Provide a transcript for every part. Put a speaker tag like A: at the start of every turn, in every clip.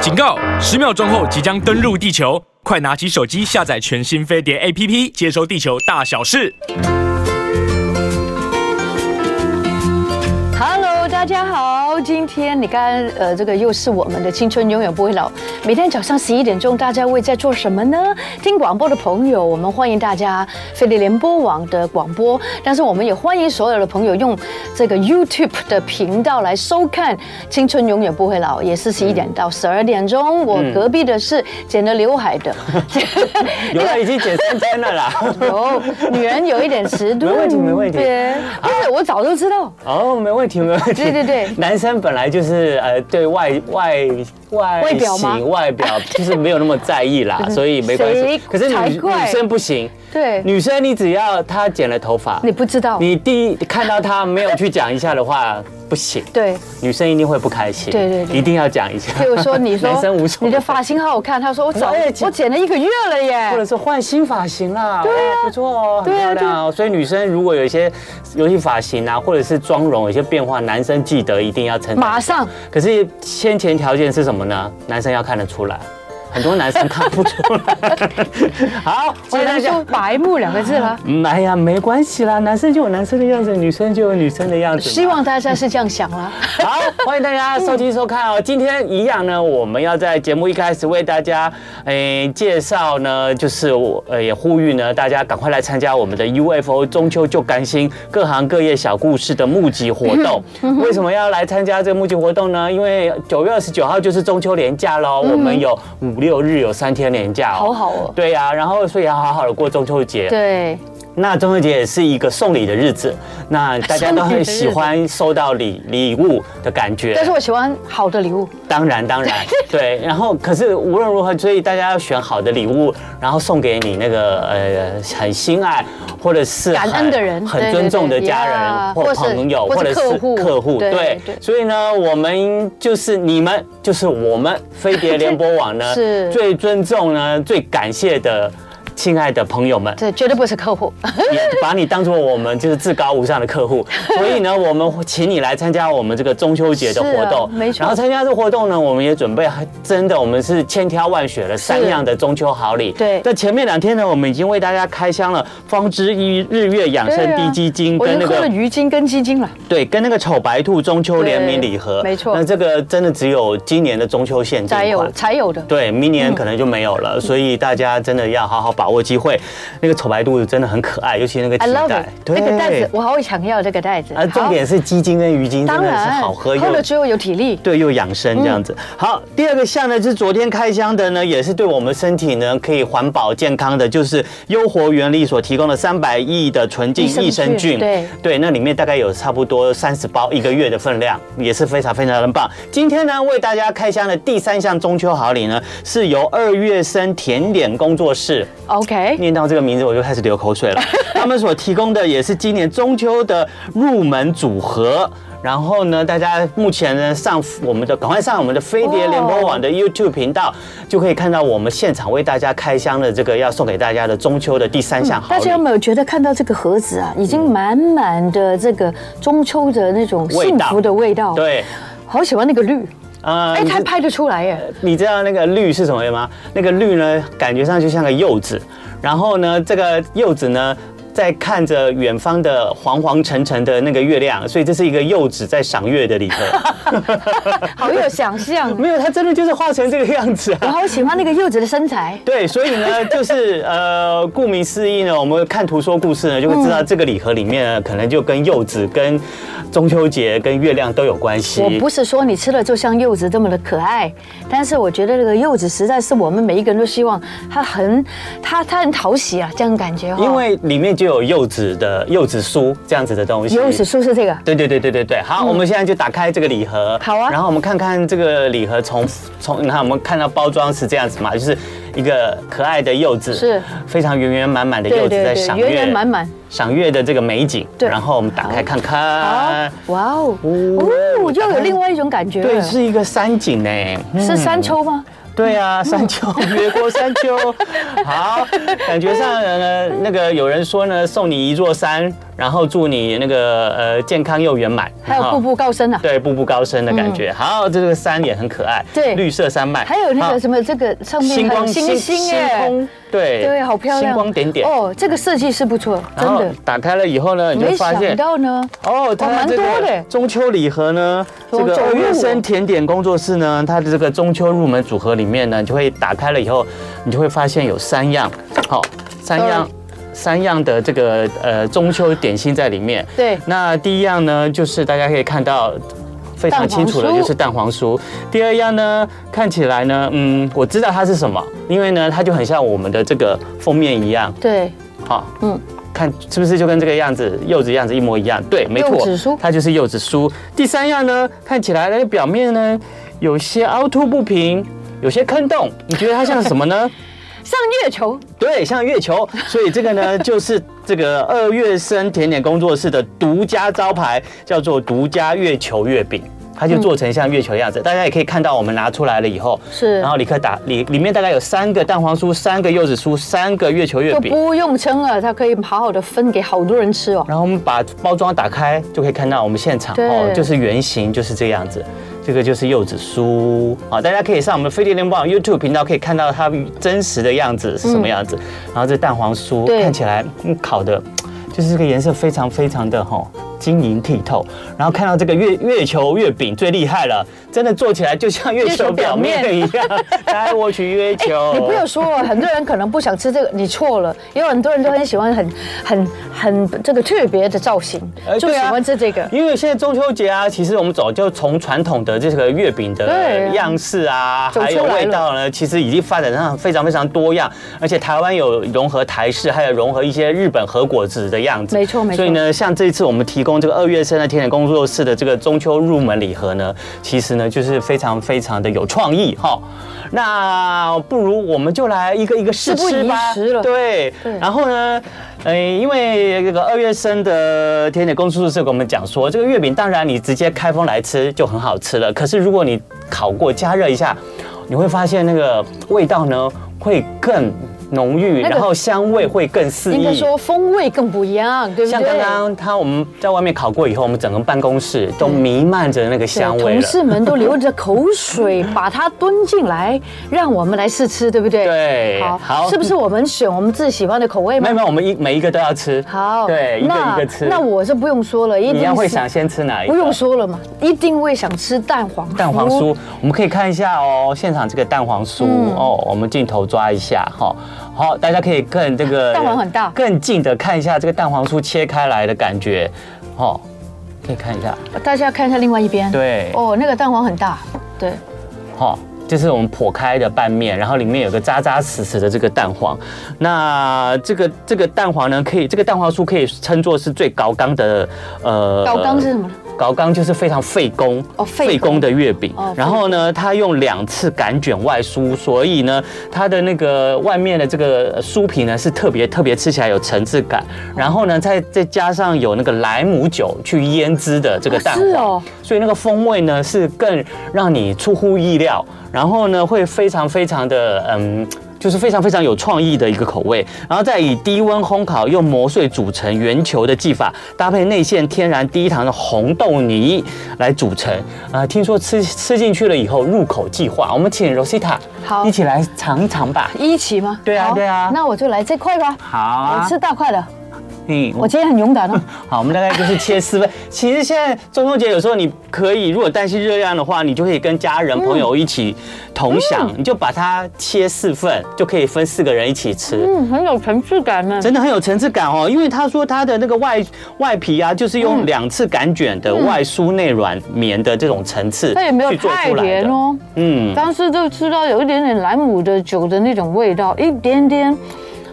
A: 警告！十秒钟后即将登陆地球，快拿起手机下载全新飞碟 APP，接收地球大小事。
B: Hello，大家好，今天你看，呃，这个又是我们的青春永远不会老。每天早上十一点钟，大家会在做什么呢？听广播的朋友，我们欢迎大家飞碟联播网的广播，但是我们也欢迎所有的朋友用这个 YouTube 的频道来收看《青春永远不会老》，也是十一点到十二点钟。我隔壁的是剪了刘海 的，
C: 有了，已经剪三天 了啦。
B: 有女人有一点迟钝，
C: 没问题没问题
B: 对不是，我早就知道。
C: 哦，没问题，没问题。
B: 对对对
C: 男生本来就是呃，对外外外
B: 外表吗嗯
C: 形外 表就是没有那么在意啦，所以没关
B: 谁
C: 系。可是
B: 才
C: 女
B: 怪
C: 女生不行，
B: 对
C: 女生你只要她剪了头发，
B: 你哦不知道
C: 你第一看到她没有去讲一下的话，不行。
B: 对，
C: 女生一定会不开心。
B: 对对对
C: 一定要讲一下。
B: 譬如说，你说
C: 男生无所谓
B: 你的发型好好看，他说我早
C: 我也剪
B: 我剪了一个月了
C: 或者
B: 耶。
C: 是换新发型啦，对不错哦，很
B: 对啊
C: 漂亮哦。所以女生如果有一些，尤其发型啊，或者是妆容有一些变化，男生记得一定要称赞
B: 马上，
C: 可是先前条件是什么呢？男生要看得出来，很多男生看不出 来。好，
B: 只
C: 欢迎大
B: 能
C: 家
B: 说。白目两个字 了。
C: 嗯哎呀，没关系啦，男生就有男生的样子，女生就有女生的样子嘛。
B: 希望大家是这样想 啦。
C: 好，欢迎大家收听收看哦。今天一样呢，我们要在节目一开始为大家，诶、介绍呢，就是我呃也呼吁呢，大家赶快来参加我们的 UFO 中秋就甘心各行各业小故事的募集活动。为什么要来参加这个募集活动呢？因为九月二十九号就是中秋连假喽，我们有五六日有三天连假、
B: 好好哦
C: 对呀、然后所以要好好的过中秋节。
B: 对，
C: 那中秋节也是一个送礼的日子，那大家都
B: 送礼的
C: 很
B: 日子
C: 喜欢收到礼礼物的感觉。
B: 但是我喜欢好的礼物，
C: 当然 当然，对。然后可是无论如何，所以大家要选好的礼物，然后送给你那个呃很心爱或者是
B: 感恩
C: 很
B: 的人
C: 很
B: 对
C: 尊
B: 对
C: 重的
B: 对
C: 家
B: 呀
C: 人
B: 或
C: 或
B: 是
C: 朋友
B: 或是
C: 或者是
B: 客户
C: 客户，
B: 对
C: 对
B: 对。
C: 所以呢，我们就是你们，就是我们飞碟联播网 呢，
B: 是
C: 最尊重呢、最感谢的亲爱的朋友们。
B: 这绝对不是客户。
C: 也把你当做我们就是至高无上的客户，所以呢，我们请你来参加我们这个中秋节的活动，
B: 是啊没错
C: 然后参加这活动呢，我们也准备真的，我们是千挑万选了三样的中秋好礼。
B: 对
C: 那前面两天呢，我们已经为大家开箱了方知一日月养
B: 对
C: 生
B: 啊
C: 低基金
B: 我已
C: 跟
B: 经
C: 那
B: 喝了
C: 个
B: 鱼精跟鸡精了。
C: 对跟那个丑白兔中秋联名礼盒，
B: 对没错
C: 那这个真的只有今年的中秋限
B: 才
C: 定
B: 有
C: 款。
B: 才有的。
C: 对，明年可能就没有
B: 嗯
C: 了，所以大家真的要好好把握机会。那个丑白兔真的很可爱，尤其那个
B: I
C: 提
B: love
C: 袋
B: it，，那个袋子我好想要这个袋子。
C: 啊，重点是鸡精跟鱼精
B: 好
C: 真
B: 当
C: 的是
B: 然
C: 好喝又
B: 喝了之后有体力。
C: 对又养生这样子。好，第二个项呢就是昨天开箱的呢，也是对我们身体呢可以环保健康的，就是优活原力所提供的三百亿的纯净益
B: 益生
C: 生
B: 菌
C: 菌。
B: 对
C: 对，那里面大概有差不多三十包一个月的分量，也是非常非常的棒。今天呢为大家开箱的第三项中秋好礼呢，是由二月生甜点工作室
B: OK，
C: 念到这个名字我就开始流口水 了。他们所提供的也是今年中秋的入门组合。然后呢，大家目前呢上我们的赶快上我们的飞碟联播
B: 哦
C: 网的 YouTube 频道，就可以看到我们现场为大家开箱的这个要送给大家的中秋的第三项好
B: 嗯大
C: 礼
B: 家。有没有觉得看到这个盒子啊，已经满满的这个中秋的那种
C: 味
B: 幸
C: 道
B: 福的味道？，
C: 对，
B: 好喜欢那个绿，
C: 呃
B: 哎，
C: 你
B: 它
C: 知
B: 拍得出来耶。
C: 你知道那个绿是什么吗？那个绿呢，感觉上就像个柚子，然后呢，这个柚子呢。在看着远方的黄黄沉沉的那个月亮，所以这是一个柚子在赏月的礼 盒。
B: 好有想 象，
C: 没有，它真的就是画成这个样子
B: 我
C: 啊。
B: 好喜欢那个柚子的身材。
C: 对，所以呢，就是呃，顾名思义呢，我们看图说故事呢，就会知道这个礼盒里面呢，可能就跟柚子、跟中秋节、跟月亮都有关系。
B: 我不是说你吃了就像柚子这么的可爱，但是我觉得这个柚子实在是我们每一个人都希望它很，它它很讨喜啊，这样感觉哈。
C: 因为里面就有柚子的柚子酥这样子的东西。
B: 柚子酥是这个，
C: 对对对对对对，好，我们现在就打开这个礼盒，
B: 嗯好啊
C: 然后我们看看这个礼盒从从，你看我们看到包装是这样子嘛，就是一个可爱的柚子，
B: 是
C: 非常圆圆满满的柚
B: 对
C: 子
B: 对
C: 在
B: 对
C: 赏月，
B: 圆圆满满
C: 赏月的这个美景，
B: 对
C: 然后我们打开看
B: 好
C: 看，，
B: 哇哦，
C: 啊哦
B: 哦，又有另外一种感觉了，
C: 对，是一个山景呢，嗯
B: 是山丘吗？
C: 对啊，
B: 嗯
C: 山丘，越过山 呃丘。好，感觉上呢，那个有人说呢，送你一座山，然后祝你那个呃健康又圆满，
B: 还有
C: 哈
B: 步步高升啊，
C: 对步步高升的感觉。好，这个山也很可爱，
B: 嗯对
C: 绿色山脉，
B: 还有那
C: 好
B: 个什么这个上面
C: 星
B: 还有
C: 光
B: 星星
C: 星
B: 耶，
C: 空，对
B: 对，好漂亮，
C: 星光点点。
B: 哦，这个设计是不错，真
C: 然后
B: 的。
C: 打开了以后呢，你就
B: 没
C: 会发
B: 想
C: 现
B: 到呢，
C: 哦，它
B: 蛮
C: 这
B: 多
C: 个
B: 的
C: 中秋礼盒呢，
B: 走
C: 这个
B: 走
C: 欧
B: 入
C: 月
B: 哦
C: 生甜点工作室呢，它的这个中秋入门组合里面呢，你就会打开了以后，你就会发现有三样，好，三样。
B: 嗯
C: 三样的这个呃中秋点心在里面。
B: 对
C: 那第一样呢，就是大家可以看到非常清楚的，
B: 蛋黄酥
C: 就是蛋黄酥。第二样呢，看起来呢，嗯，我知道它是什么，因为呢，它就很像我们的这个封面一样，
B: 对，
C: 好，
B: 嗯
C: 嗯，看是不是就跟这个样子柚子样子一模一样？对，没
B: 柚
C: 错
B: 子酥，
C: 它就是柚子酥。第三样呢，看起来呢表面呢有些凹凸不平，有些坑洞，你觉得它像什 么呢？
B: 上月球
C: 对，像月球。所以这个呢就是这个二月生甜点工作室的独家招牌，叫做独家月球月饼。它就做成像月球样子，大家也可以看到，我们拿出来了以后，
B: 嗯是
C: 然后立刻打里里面大概有三个蛋黄酥，三个柚子酥，三个月球月
B: 就
C: 饼，
B: 不用称了，它可以好好的分给好多人吃哦。
C: 然后我们把包装打开，就可以看到我们现场
B: 对
C: 哦，就是原型就是这样子。这个就是柚子酥好，大家可以上我们飞碟联播网 YouTube 频道可以看到它真实的样子是什么样子。然后这蛋黄
B: 嗯
C: 酥
B: 对
C: 看起来嗯烤的，就是这个颜色非常非常的哈、晶莹剔透。然后看到这个月月球月饼最厉害了，真的做起来就像月
B: 月球
C: 球表
B: 表面
C: 面一样。来，我去月球。
B: 你不要说哦，很多人可能不想吃这个，你错了，也有很多人都很喜欢很很很这个特别的造型
C: 哎，
B: 就
C: 对
B: 喜
C: 啊
B: 欢吃这个。
C: 因为现在中秋节啊，其实我们早就从传统的这个月饼的
B: 对
C: 样式啊，
B: 走出
C: 还有
B: 来
C: 味
B: 了
C: 道呢，其实已经发展上非常非常多样，而且台湾有融合台式，还有融合一些日本和果子的样子。
B: 没错没错
C: 所以呢，像这次我们提供这个二月生的甜点工作室的这个中秋入门礼盒呢，其实呢就是非常非常的有创意哈。那不如我们就来一个一个试
B: 事不
C: 吃
B: 宜
C: 吧。
B: 迟了
C: 对
B: 对，
C: 然后呢，呃，因为这个二月生的甜点公司是跟我们讲说，这个月饼当然你直接开封来吃就很好吃了，可是如果你烤过加热一下，你会发现那个味道呢会更浓郁，
B: 那个
C: 然后香味会更四
B: 应该
C: 溢。
B: 说风味更不一样，对不对？
C: 像刚刚他我们在外面烤过以后，我们整个办公室都弥漫着那个
B: 对
C: 香味
B: 同
C: 了。
B: 事们都流着口水把它蹲进来，让我们来试吃，对不对？
C: 对
B: 好，
C: 好
B: 是不是我们选我们自己喜欢的口味吗
C: 没有？没有，我们一每一个都要吃。
B: 好，
C: 对，一个一个吃。
B: 那我是不用说了，一
C: 你要
B: 定
C: 会
B: 是
C: 想先吃哪一个？
B: 不用说了嘛，一定会想吃蛋黄
C: 蛋黄酥，我们可以看一下哦，现场这个蛋黄酥、
B: 哦嗯
C: 哦，我们镜头抓一下哈。好，大家可以更这个
B: 蛋黄很大
C: 更近的看一下这个蛋黄酥切开来的感觉，哦，可以看一下，
B: 大家看一下另外一边。
C: 对
B: 哦，那个蛋黄很大，对，
C: 哈、就是我们剖开的半面，然后里面有个扎扎实实的这个蛋黄。那这个这个蛋黄呢，可以这个蛋黄酥可以称作是最高纲的，呃
B: 高刚是什么呢？
C: 高刚就是非常费工
B: 哦费工
C: 的月饼
B: 哦费工。
C: 然后呢，它用两次擀卷外酥，所以呢，它的那个外面的这个酥皮呢是特别特别吃起来有层次感。然后呢，再再加上有那个莱姆酒去腌制的这个蛋
B: 哦是
C: 黄
B: 哦，
C: 所以那个风味呢是更让你出乎意料，然后呢会非常非常的嗯。就是非常非常有创意的一个口味，然后再以低温烘烤，用磨碎组成圆球的技法，搭配内馅天然低糖的红豆泥来组成。啊、听说吃吃进去了以后入口即化，我们请 Rosita
B: 好啊
C: 一起来尝尝吧。
B: 一起吗？
C: 对啊
B: 好
C: 对啊
B: 那我就来这块吧。
C: 好啊
B: 我吃大块的，
C: 嗯，
B: 我今天很勇敢 哦。
C: 好，我们大概就是切四份。 其实现在中秋节有时候你可以，如果担心热量的话，你就可以跟家人朋友一起同享，
B: 嗯
C: 你就把它切四份，就可以分四个人一起吃。
B: 嗯，很有层次感呢。
C: 真的很有层次感哦，因为他说他的那个外外皮啊，就是
B: 嗯
C: 用两次擀卷的外酥内软绵的这种层次，
B: 它也没有太甜。哦，
C: 嗯，
B: 但是就吃到有一点点莱姆的酒的那种味道，一点点，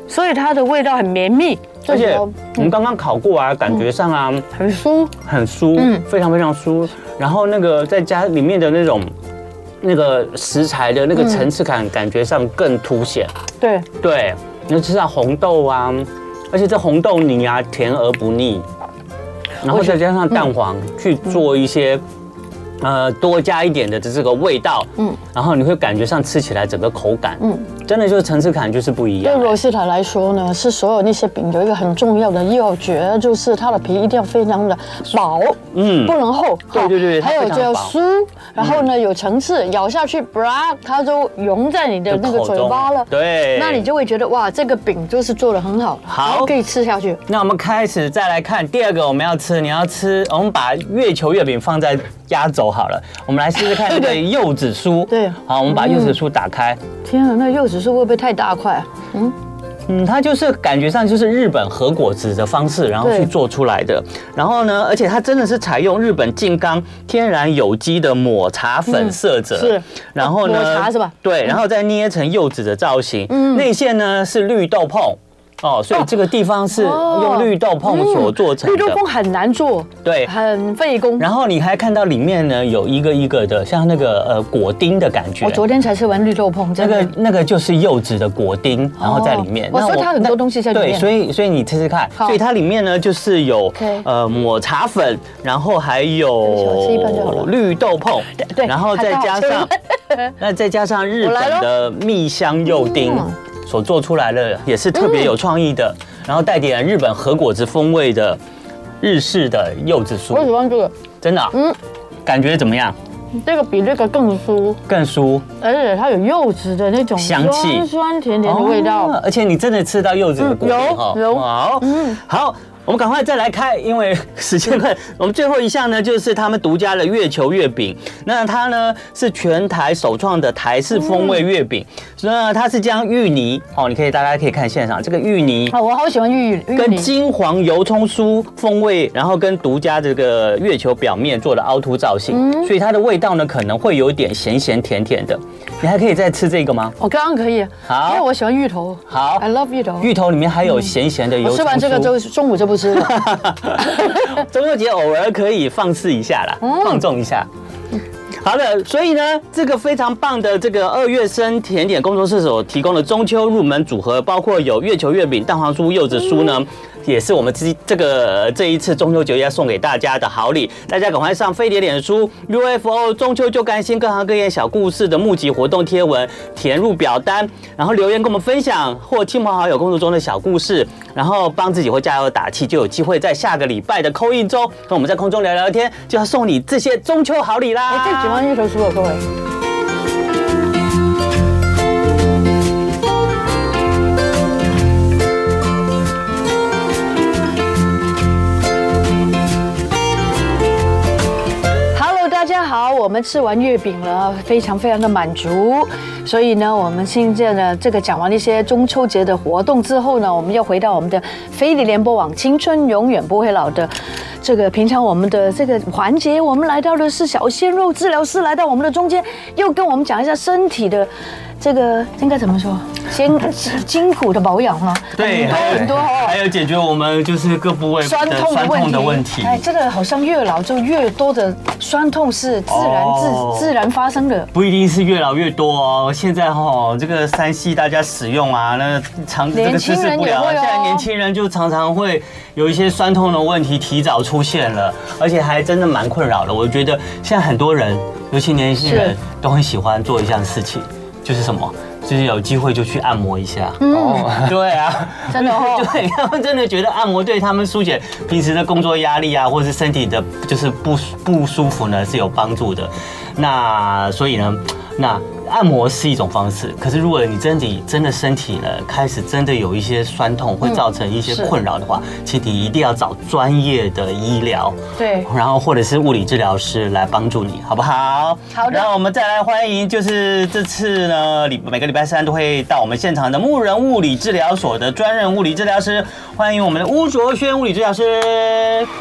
B: 所以它的味道很绵密，
C: 而且
B: 就是说
C: 我们刚刚烤过啊，感觉上啊
B: 很酥。
C: 很酥，
B: 嗯
C: 非常非常酥。然后那个再加里面的那种那个食材的那个层次感，感觉上更凸显。
B: 对，
C: 对，你就吃到红豆啊，而且这红豆泥啊，甜而不腻，然后再加上蛋黄去做一些呃多加一点的这个味道，嗯，然后你会感觉上吃起来整个口感，嗯，真的就是层次感就是不一
D: 对
C: 样。
D: Rosita 来说呢，是所有那些饼有一个很重要的要诀，就是它的皮一定要非常的薄，
C: 嗯
D: 不能厚。
C: 对
D: 哈
C: 对对它
D: 还有
C: 非常
D: 就要
C: 薄嗯
D: 酥，然后呢有层次，咬下去，啪，它就融在你的那个
C: 就口
D: 嘴
C: 中
D: 巴了。
C: 对
D: 那你就会觉得哇，这个饼就是做的很好，
C: 好
D: 然后可以吃下去。
C: 那我们开始再来看第二个，我们要吃，你要吃，我们把月球月饼放在压轴好了，我们来试试看这个柚子酥。
D: 对
C: 好，我们把柚子酥打开，
D: 天啊，那柚子酥会不会太大块？啊
C: 嗯，它就是感觉上就是日本和果子的方式，然后
D: 对
C: 去做出来的。然后呢，而且它真的是采用日本静冈天然有机的抹茶粉色泽，
D: 嗯是
C: 然后呢，
D: 抹茶是吧嗯
C: 对，然后再捏成柚子的造型，内馅呢是绿豆碰。哦，所以这个地方是
D: 哦
C: 用绿豆碰所做成的，
D: 绿豆椪很难做，
C: 对
D: 很费工。
C: 然后你还看到里面呢有一个一个的，像那个呃果丁的感觉。
D: 我昨天才吃完绿豆椪，
C: 那
D: 真的
C: 个。那个就是柚子的果丁，然后在里面。
D: 哦
C: 那
D: 所以它很多东西在里面
C: 对，所以所以你吃吃看，
D: 好
C: 所以它里面呢就是有
D: OK
C: 呃抹茶粉，然后还
D: 对不起我吃一半就好
C: 有
D: 了
C: 绿豆碰，
D: 对
C: 然后再加
D: 还
C: 上 那再加上日
D: 我来
C: 本的蜜香柚丁
D: 嗯
C: 所做出来的，也是特别有创意的，然后带点日本和果子风味的日式的柚子
D: 我喜
C: 酥，
D: 欢这个，
C: 真的啊，
D: 嗯
C: 感觉怎么样？
D: 这个比这个更酥，
C: 更酥
D: 而且它有柚子的那种
C: 香气
D: 酸酸甜甜的味道。
C: 哦而且你真的吃到柚子的果
D: 嗯有
C: 实哈
D: 有
C: 好，
D: 嗯
C: 好。我们赶快再来开，因为时 间快。我们最后一项呢，就是他们独家的月球月饼。那它呢是全台首创的台式风味月饼。那它是将芋泥，哦，你可以大家可以看现场，这个芋泥
D: 啊，我好喜欢玉芋
C: 跟
D: 泥，
C: 金黄油葱酥风味，然后跟独家这个月球表面做的凹凸造型，
D: 嗯
C: 所以它的味道呢可能会有点咸咸甜甜的。你还可以再吃这个吗？
D: 我哦刚刚可以，啊
C: 好
D: 因为我喜欢芋头。
C: 好
D: ，I love 芋头。
C: 芋头里面还有咸咸的油
D: 我
C: 葱酥。
D: 吃完这个就中午就不吃了。
C: 中秋节偶尔可以放肆一下啦，
D: 嗯
C: 放纵一下。好的，所以呢，这个非常棒的这个二月生甜点工作室所提供的中秋入门组合，包括有月球月饼、蛋黄酥、柚子酥呢，也是我们这这个呃这一次中秋节要送给大家的好礼。大家赶快上飞碟脸书 UFO 中秋就甘心各行各业小故事的募集活动贴文，填入表单，然后留言跟我们分享或亲朋好友工作中的小故事，然后帮自己或加油打气，就有机会在下个礼拜的扣印中跟我们在空中聊聊天，就要送你这些中秋好
B: 哎
C: 礼啦！
D: 我最喜欢芋头酥了，各位。
B: Hello，大家好，我们吃完月饼了，非常非常的满足。所以呢，我们现在呢，这个讲完一些中秋节的活动之后呢，我们要回到我们的飞碟联播网“青春永远不会老”的这个平常我们的这个环节，我们来到的是小鲜肉治疗师来到我们的中间，又跟我们讲一下身体的这个应该怎么说，先筋骨的保养了，
C: 对，
B: 很多
C: 还有
B: 很多哦。
C: 还有解决我们就是各部位的
B: 酸痛的
C: 酸
B: 问
C: 痛
B: 题，
C: 的问题。
B: 哎，这个好像越老就越多的酸痛是自然自、
C: 哦
B: 自然发生的。
C: 不一定是越老越多哦，现在哈、这个三 C 大家使用啊，那常这
B: 年
C: 个
B: 轻
C: 姿
B: 人
C: 势不良啊，
B: 也会哦
C: 现在年轻人就常常会有一些酸痛的问题提早出现了，而且还真的蛮困扰的。我觉得现在很多人，尤其年轻人
B: 是
C: 都很喜欢做一项事情，就是什么？就是有机会就去按摩一下， 哦，对啊，
B: 嗯真的 哦
C: 对他们真的觉得按摩对他们疏解平时的工作压力啊，或者是身体的，就是不舒不舒服呢是有帮助的。那所以呢，那按摩是一种方式，可是如果你真的真的身体呢开始真的有一些酸痛，会造成一些
B: 是
C: 困扰的话，请你一定要找专业的医疗。
B: 对，
C: 然后或者是物理治疗师来帮助你，好不好？
B: 好的
C: 然后我们再来欢迎，就是这次呢，礼每个礼拜三都会到我们现场的牧人物理治疗所的专任物理治疗师，欢迎我们的巫卓轩物理治疗师。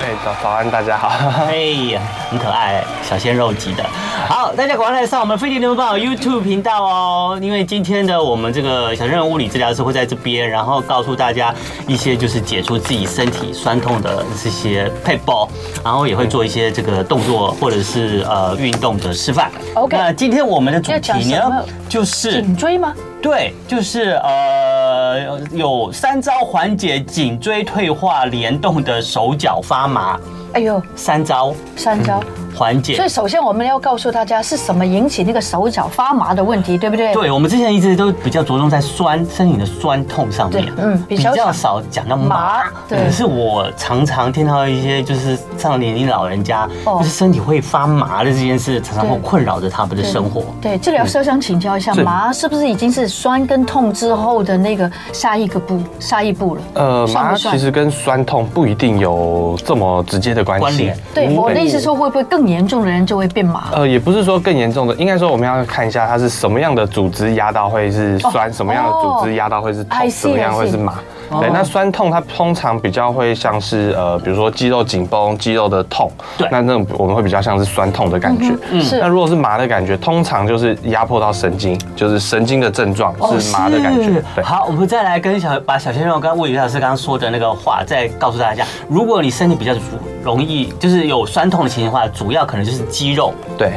E: 哎，早早安，大家 好。
C: 哎呀，很可爱，小鲜肉级的。好，大家赶快来上我们飞碟联播报 YouTube 频道哦，因为今天的我们这个小鲜肉物理治疗师会在这边，然后告诉大家一些就是解除自己身体酸痛的这些配包，然后也会做一些这个动作或者是呃运动的示范。
B: OK
C: 那今天我们的主
B: 要讲
C: 题
B: 什
C: 呢
B: 么，
C: 就是
B: 颈椎吗？
C: 对，就是呃，有三招缓解颈椎退化联动的手脚发麻，
B: 哎呦，
C: 三招。
B: 三招，
C: 缓解
B: 所以。首先我们要告诉大家是什么引起那个手脚发麻的问题，对不对？。
C: 对，我们之前一直都比较着重在酸身体的酸痛上面
B: 对，嗯比
C: 比
B: 较
C: 较少讲到麻
B: 麻。对
C: 可是我常常听到一些就是上了年龄老人家，
B: 哦
C: 就是身体会发麻的这件事，常常会
B: 对
C: 困扰着他们的生活。
B: 对，治疗师我想请教一下，
C: 是
B: 麻是不是已经是酸跟痛之后的那个下一个步下一步了？
E: 呃，
B: 算不
E: 麻
B: 算
E: 其实跟酸痛不一定有这么直接的关
C: 关
E: 系嗯
C: 联。
B: 对，我的意思说，会不会更严重的人就会变麻？
E: 呃，也不是说更严重的，应该说我们要看一下它是什么样的组织压到会是酸，
B: 哦
E: 什么样的组织压到会是痛，
B: I see，哦
E: 什么样
B: I see
E: 会是麻。对，那酸痛它通常比较会像是呃，比如说肌肉紧绷、肌肉的痛，
C: 对
E: 那那种我们会比较像是酸痛的感觉。
B: 嗯是
E: 那如果是麻的感觉，通常就是压迫到神经，就是神经的症状
C: 哦
E: 是麻的感觉
C: 是。
E: 对。
C: 好，我们再来跟小把小鲜肉刚刚物理老师刚刚说的那个话再告诉大家，如果你身体比较主容易就是有酸痛的情况的话，主要可能就是肌肉
E: 对，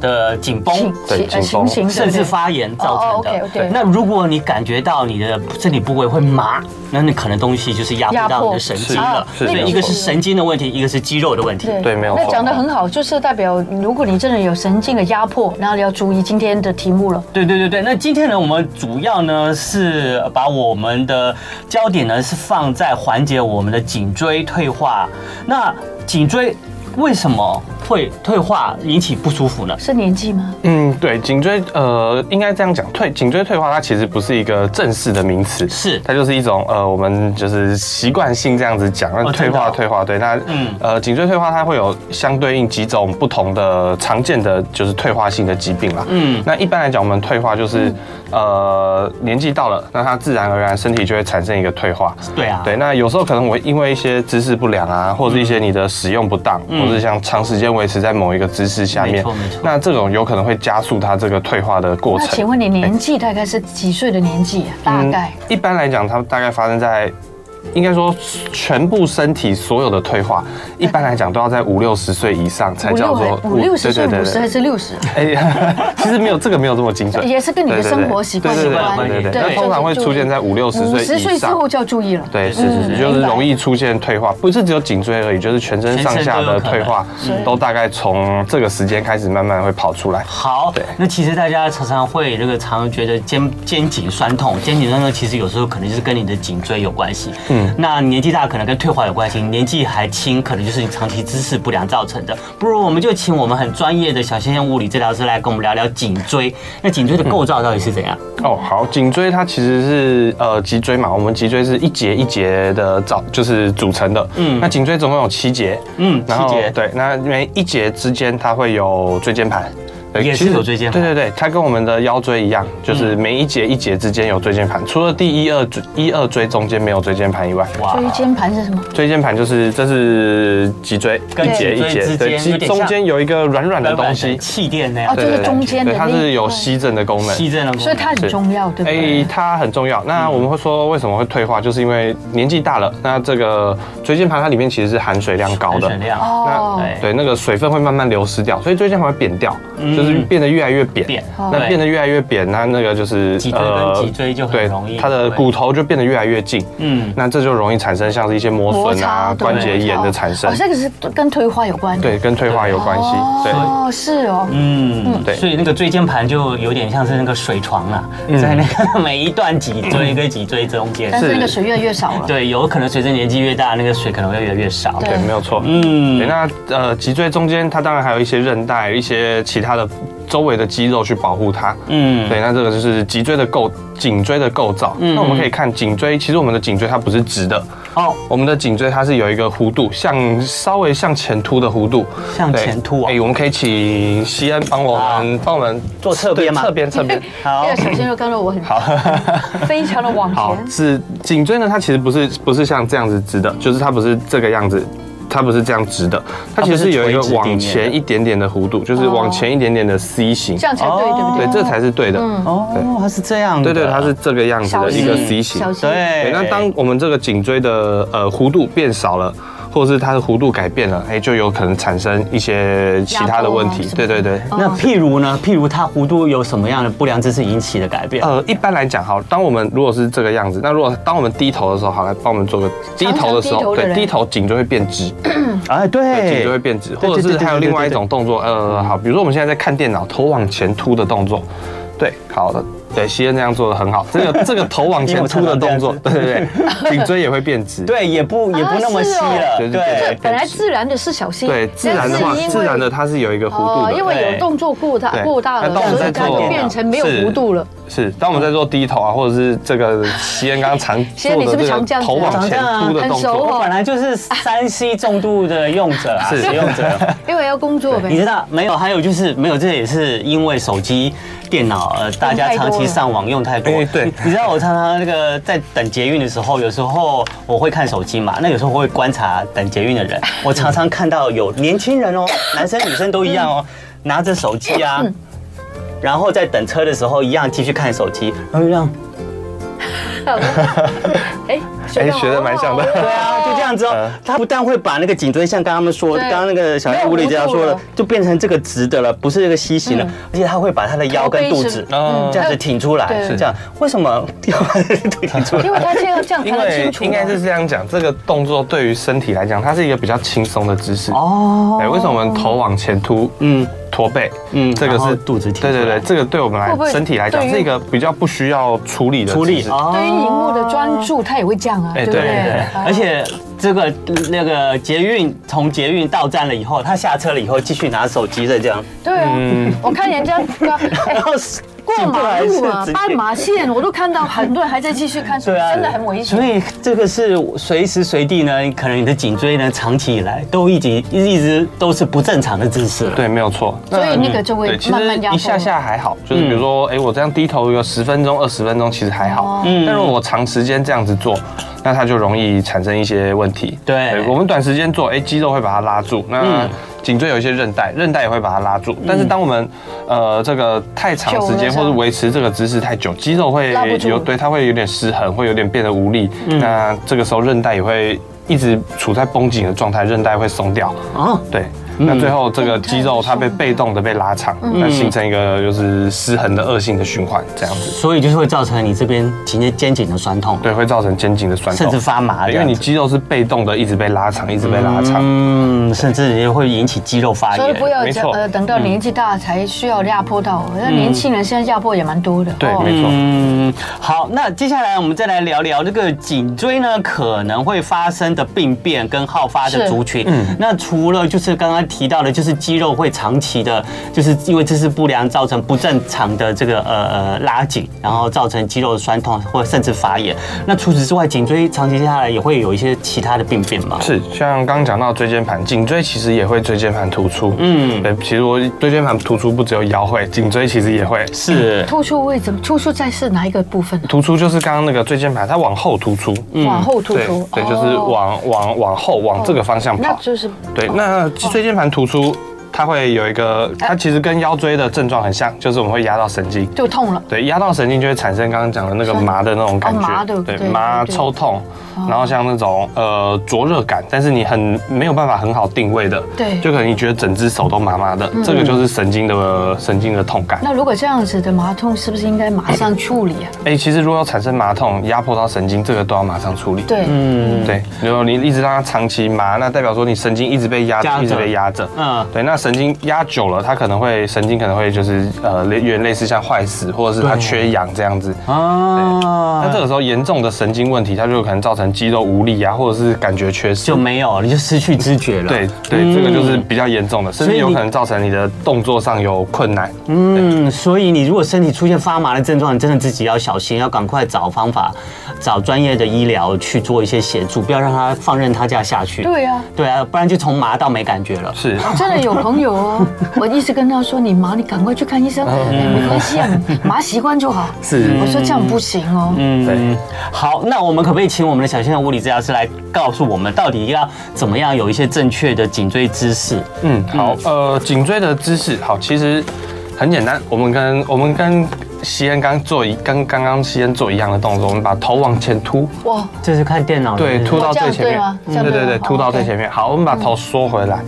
C: 的紧绷
B: 情。情
E: 对
B: 呃
E: 紧
B: 情
E: 绷
B: 形
C: 甚至发炎造
B: 哦哦
C: 成
B: ，OK，对
C: 的。那如果你感觉到你的身体部位会麻，那你可能东西就是压迫
B: 压
C: 到
B: 迫
C: 你的神经
B: 啊
C: 了。
E: 是
C: 所以
E: 没
C: 一个是
E: 错
C: 神经的问题，一个是肌肉的问题。
E: 对没有
B: 那
E: 错
B: 讲得很好，就是代表如果你真的有神经的压迫，那你要注意今天的题目了。
C: 对对对对，那今天呢，我们主要呢是把我们的焦点呢是放在缓解我们的颈椎退化。那颈椎为什么会退化引起不舒服呢？
B: 是年纪吗？
E: 嗯，对，颈椎呃，应该这样讲，退颈椎退化，它其实不是一个正式的名词，
C: 是
E: 它就是一种呃，我们就是习惯性这样子讲，那
C: 哦
E: 退
C: 真的
E: 化
C: 哦
E: 退化，对，那
C: 嗯
E: 嗯呃，颈椎退化它会有相对应几种不同的常见的就是退化性的疾病啦，
C: 嗯
E: 嗯，那一般来讲，我们退化就是呃年纪到了，那它自然而然身体就会产生一个退化，
C: 对啊，
E: 对，那有时候可能会因为一些姿势不良啊，或者是一些
C: 嗯
E: 你的使用不当，或是像长时间维持在某一个姿势下面，
C: 没错没错
E: 那这种有可能会加速它这个退化的过
B: 那
E: 程。
B: 请问你年纪大概是几岁的年纪啊？大概
E: 嗯、一般来讲，它大概发生在。应该说，全部身体所有的退化，一般来讲都要在五六十岁以上才
B: 五
E: 叫
B: 六
E: 做
B: 还五六十岁，
E: 对对
B: 五
E: 对
B: 十
E: 对
B: 还是六十？
E: 哎， 其实没有这个没有这么精准，
B: 也是跟你的
E: 对对对
B: 生活习惯
E: 对对对
C: 有关
E: 对对对，
C: 对
E: 那通常会
B: 就是
E: 出现在五六十
B: 五
E: 岁
B: 十岁
E: 以
B: 之
E: 上。
B: 后就要注意了。
E: 对，是
B: 嗯
E: 是是，
B: 明
E: 就是
B: 白
E: 容易出现退化，不是只有颈椎而已，就是全身上下的退化
B: 全身都有可能是，
E: 都大概从这个时间开始慢慢会跑出来。
C: 好
E: 对，
C: 那其实大家常常会这个常常觉得肩肩颈酸痛，肩颈酸痛其实有时候可能就是跟你的颈椎有关系。嗯，那年纪大可能跟退化有关系，年纪还轻可能就是你长期姿势不良造成的。不如我们就请我们很专业的小先生物理治疗师来跟我们聊聊颈椎。那颈椎的构造到底是怎样？
B: 嗯
E: 哦，好，颈椎它其实是呃脊椎嘛，我们脊椎是一节一节的造，就是组成的。嗯，那颈椎总共有七节。
C: 嗯
E: 然后
C: 七节
E: 对，那每一节之间它会有椎间盘。对
C: 也是
E: 其实
C: 有椎间盘
E: 对对对，它跟我们的腰椎一样，就是每一节一节之间有椎间盘，除了第一二椎一二椎中间没有椎间盘以外，
C: 哇
B: 椎间盘是什么？
E: 椎间盘就是这是脊椎，
C: 跟
E: 一节
C: 脊椎
E: 一节，
C: 之
E: 对，
C: 间有
E: 其
C: 点像
E: 中间有一个软软的东西，
C: 气垫那样
B: 哦，，就是中间的
E: 对，
B: 那
E: 它
B: 一
E: 是有
B: 块
E: 吸震的功能。
C: 气垫的功能
B: 所以它很
E: 是
B: 重要，对不
E: 哎、
B: 对？
E: 它很重要。
C: 嗯
E: 那我们会说为什么会退化，就是因为年纪大了，那这个椎间盘它里面其实是含水量高的
C: 很，亮
B: 哦
E: 那哎对那个水分会慢慢流失掉，所以椎间盘会扁掉，就是变得越来越扁
C: 嗯扁。
B: 哦
E: 那变得越来越扁，那那个就是呃
C: 脊椎跟脊椎就很
E: 对
C: 容易
E: 它的
C: 对
E: 骨头就变得越来越近，
C: 嗯
E: 嗯，那这就容易产生像是一些磨
B: 摩
E: 损
B: 擦
E: 啊、
B: 对
E: 关节炎的产生
B: 哦，，这个是跟退化有关。
E: 对，，跟退化有关系，对。
B: 哦，是哦，
C: 嗯，
E: 对
C: 所以那个椎间盘就有点像是那个水床啦、
E: 嗯
C: 在那个 每一段脊椎跟脊椎中间
B: 但，是
E: 是
B: 那个水越来越少 了。
C: 对，有可能随着年纪越大，那个水可能会越来越少。
B: 对
E: 对，没有错。
C: 嗯
E: 嗯，那呃，脊椎中间它当然还有一些韧带、一些其他的周围的肌肉去保护它。
C: 嗯，
E: 对，那这个就是脊椎的构，颈椎的构造。那我们可以看颈椎，其实我们的颈椎它不是直的，
C: 哦，
E: 我们的颈椎它是有一个弧度，像稍微向前凸的弧度。
C: 向
E: 对
C: 前凸啊
E: 哎、我们可以请西恩帮我们帮我们
C: 做侧边
E: 对
C: 嘛
E: 侧边侧边。
C: 好
B: 这个小鲜肉刚才我很
E: 好。
B: 非常的往
E: 好，
B: 前，
E: 是颈椎呢，它其实不是不是像这样子直的，就是它不是这个样子。它不是这样直的，它其实是有一个往前一点点的弧度，就是往前一点点的 C 型
B: 哦这，样才嗯对，对不
E: 对，
B: 对？
E: 这才是对的。
C: 哦，它是这样的，
E: 对对，它是这个样子
B: 小
E: 的
B: 心
E: 一个 C 型
B: 小。心。
E: 对，
C: 对。
E: 那当我们这个颈椎的呃弧度变少了，或者是它的弧度改变了，哎，就有可能产生一些其他的问题
B: 压迫啊什么。
E: 对对对。
C: 那譬如呢？譬如它弧度有什么样的不良姿势引起的改变？
E: 呃，一般来讲，好，当我们如果是这个样子，那如果当我们低头的时候，好，来帮我们做个低头的时
B: 常常低头
E: 候，
B: 的
E: 对，
B: 人
E: 低头颈就会变直，
C: 哎，
E: 对，颈就
C: 对，
E: 会变直，
C: 对
E: 或
C: 对
E: 者
C: 对
E: 是
C: 对
E: 还有
C: 对
E: 另
C: 对嗯
E: 外一种动作，呃，好，比如说我们现在在看电脑，头往前凸的动作，对，好的，对，西恩这样做的很好，这个这个头 往前凸的动作，对对对，颈椎也会变直，
C: 对，也不也不那么稀了，
E: 啊是哦对
C: 对
B: 本来自然的是小心，
E: 对，自然的话，
B: 但是因为
E: 自然的它是有一个弧
B: 哦，
E: 度
B: 因
E: 的。
B: 为有动作过大
E: 对
B: 过大
E: 那当我
B: 了，
E: 们
B: 所以
E: 在
B: 它
E: 做
B: 就变成没有弧度了。
E: 是，当我们在做低头啊，或者是这个西恩刚刚常
B: 西恩你
E: 做
B: 是
E: 的
B: 不是常这
E: 个
B: 样子啊
E: 头往前凸的
B: 很
E: 动
B: 熟
E: 作，
B: 哦
C: 我本来就是三 C 重度的用者啊，
E: 是
C: 使用者。
B: 因为要工作
C: 你
B: 呗。
C: 知道没有？还有就是没有，这也是因为手机、电脑，呃，大家长期上网用太多。
E: 哎对
C: 你你知道我常常那个在等捷运的时候，有时候我会看手机嘛，那有时候会观察等捷运的人，我常常看到有年轻人哦，男生女生都一样哦， 拿着手机啊，然后在等车的时候一样继续看手机，然后就这样。
B: 哎，
E: 哎，学的蛮像的。
C: 对啊，就这样子哦。它不但会把那个颈椎，像刚刚他们说，
B: 对
C: 刚刚那个小黑屋里这样说
B: 没有弧
C: 的
B: 度了，
C: 就变成这个直的了，不是这个梯
B: 嗯
C: 形了。而且它会把它的腰跟肚子
E: 嗯
C: 这样子挺出来，
B: 对
C: 是这样。为什么要把腿挺出来
B: 因？为他这样这样才
E: 因
B: 能
E: 为
B: 清楚啊。
E: 应该是这样讲，这个动作对于身体来讲，它是一个比较轻松的姿势。
C: 哦，
E: 哎，为什么我们头往前凸？
C: 嗯，
E: 驼背，
C: 嗯
E: 嗯，这个
C: 然后
E: 是
C: 肚子挺
E: 对对
C: 出来
E: 对，这个对我们
B: 会不会
E: 来身体来讲
B: 对于
E: 是一个比较不需要处理的
C: 处理
E: 姿势
C: 哦
B: 对于荧幕的专注，他也会这样啊，
E: 哎
B: 对不
E: 对
B: 对
E: 对？
B: 啊
C: 而且这个那个捷运从捷运到站了以后，他下车了以后继续拿手机再这样，
B: 对啊，
E: 嗯
B: 我看人家 哎
C: 然后
B: 过马路啊
C: 直接，
B: 斑马线，我都看到很多人还在继续看书，
C: 对啊，
B: 真的很危
C: 所
B: 险。
C: 以这个是随时随地呢，可能你的颈椎呢，长期以来都已经一直都是不正常的姿势了。
E: 对，没有错。嗯
B: 所以那个就会
E: 对，其
B: 慢
E: 实
B: 慢压迫。
E: 一下下还好，就是
C: 嗯
E: 比如说，哎，我这样低头有十分钟、二十分钟，其实还
B: 哦
E: 好。嗯，但如果我长时间这样子做，那它就容易产生一些问题。
C: 对
E: 我们短时间做，哎，肌肉会把它拉住，那
C: 嗯
E: 颈椎有一些韧带，韧带也会把它拉住。但是当我们呃这个太长时间
B: 久了
E: 或者维持这个姿势太久，肌肉会
B: 拉不住
E: 有对它会有点失衡，会有点变得无力。
C: 嗯
E: 那这个时候韧带也会一直处在绷紧的状态，韧带会松掉。
C: 啊，
E: 对，那最后这个肌肉它被被动的被拉长，
B: 嗯
E: 那形成一个就是失衡的恶性的循环，这样子，
C: 所以就是会造成你这边颈椎肩颈的酸痛，
E: 对，会造成肩颈的酸
C: 甚
E: 痛
C: 至，发麻
E: 对
C: 这
E: 因
C: 样
E: 为
C: 子，
E: 你肌肉是被动的，一直被拉长，一直被拉长。
C: 嗯，甚至也会引起肌肉发
B: 所以
C: 炎
B: 不。要
E: 没错嗯
B: 呃等到年纪大才需要压迫到，那年轻人现在压迫也蛮多的。
E: 对
B: 哦，
E: 没错。
C: 嗯，好，那接下来我们再来聊聊这个颈椎呢可能会发生的病变跟好发的
B: 是
C: 族群。嗯，那除了就是刚刚提到的，就是肌肉会长期的，就是因为姿势不良造成不正常的这个呃呃拉紧，然后造成肌肉的酸痛或甚至发炎。那除此之外，颈椎长期下来也会有一些其他的病变吗？
E: 是，像刚刚讲到椎间盘，颈椎其实也会椎间盘突出。
C: 嗯
E: 嗯，对，其实我椎间盘突出不只有腰会，颈椎其实也会。
C: 是，
B: 突出位置，突出在是哪一个部分啊？
E: 突出就是刚刚那个椎间盘，它往后突出。
B: 往后嗯突
E: 对
B: 出，
E: 嗯对，
B: 哦
E: 就是往往往后往这个方向
B: 那
E: 跑。
B: 就是
E: 对，那椎间盘突出，它会有一
B: 哦
E: 个，它其实跟腰椎的症状很像，就是我们会压到神经。
B: 就痛了。
E: 对，压到神经就会产生刚刚讲的那个麻的那种感觉，
B: 哦麻的
E: 对
B: 对
E: 麻
B: 对对哦
E: 抽痛，然后像那种呃灼热感，但是你很没有办法很好定位的，
B: 对嗯
E: 就可能你觉得整只手都麻麻的，这个就是神经的神经的痛感。
B: 那如果这样子的麻痛，是不是应该马上处理啊？
E: 哎，其实如果有产生麻痛，压迫到神经，这个都要马上处理。
B: 对，
C: 嗯，
E: 对，如果你一直让它长期麻，那代表说你神经一直被压
C: 夹
E: 着，
C: 着
E: 一直被压着。
C: 嗯
E: 嗯，对，那神经压久了，它可能会神经可能会就是呃，类有点类似像坏死，或者是它缺氧这样子。
C: 嗯啊，
E: 那这个时候严重的神经问题，它就有可能造成肌肉无力啊，或者是感觉缺失
C: 就。没有，你就失去知觉了。
E: 对
C: 嗯
E: 对，这个就是比较严重的，甚
C: 所以
E: 至有
C: 你
E: 可能造成你的动作上有困难。
C: 嗯，所以你如果身体出现发麻的症状，你真的自己要小心，要赶快找方法，找专业的医疗去做一些协助，不要让它放任它这样下去。
B: 对啊
C: 对啊，不然就从麻到没感觉了。
E: 是，
B: 真的有朋友 哦，我一直跟他说：“你麻，你赶快去看医生，哎没关系啊，麻习惯就好。”
E: 嗯是
B: 我说这样不行哦。
C: 嗯，好，那我们可不可以请我们的小先生物理治疗师来告诉我们，到底要怎么样有一些正确的颈椎姿势？
E: 嗯，好，呃，颈椎的姿势，好，其实很简单，我们跟我们跟西恩刚做一跟刚刚西恩做一样的动作，我们把头往前凸，
B: 哇，
C: 这是看电脑
E: 对，凸
C: 突
E: 到最前
B: 哦这样对
E: 面，嗯
B: 吗这样对吗
E: 对对对，
B: 哦
E: 凸到最
B: OK
E: 前面。好，我们把头缩回来，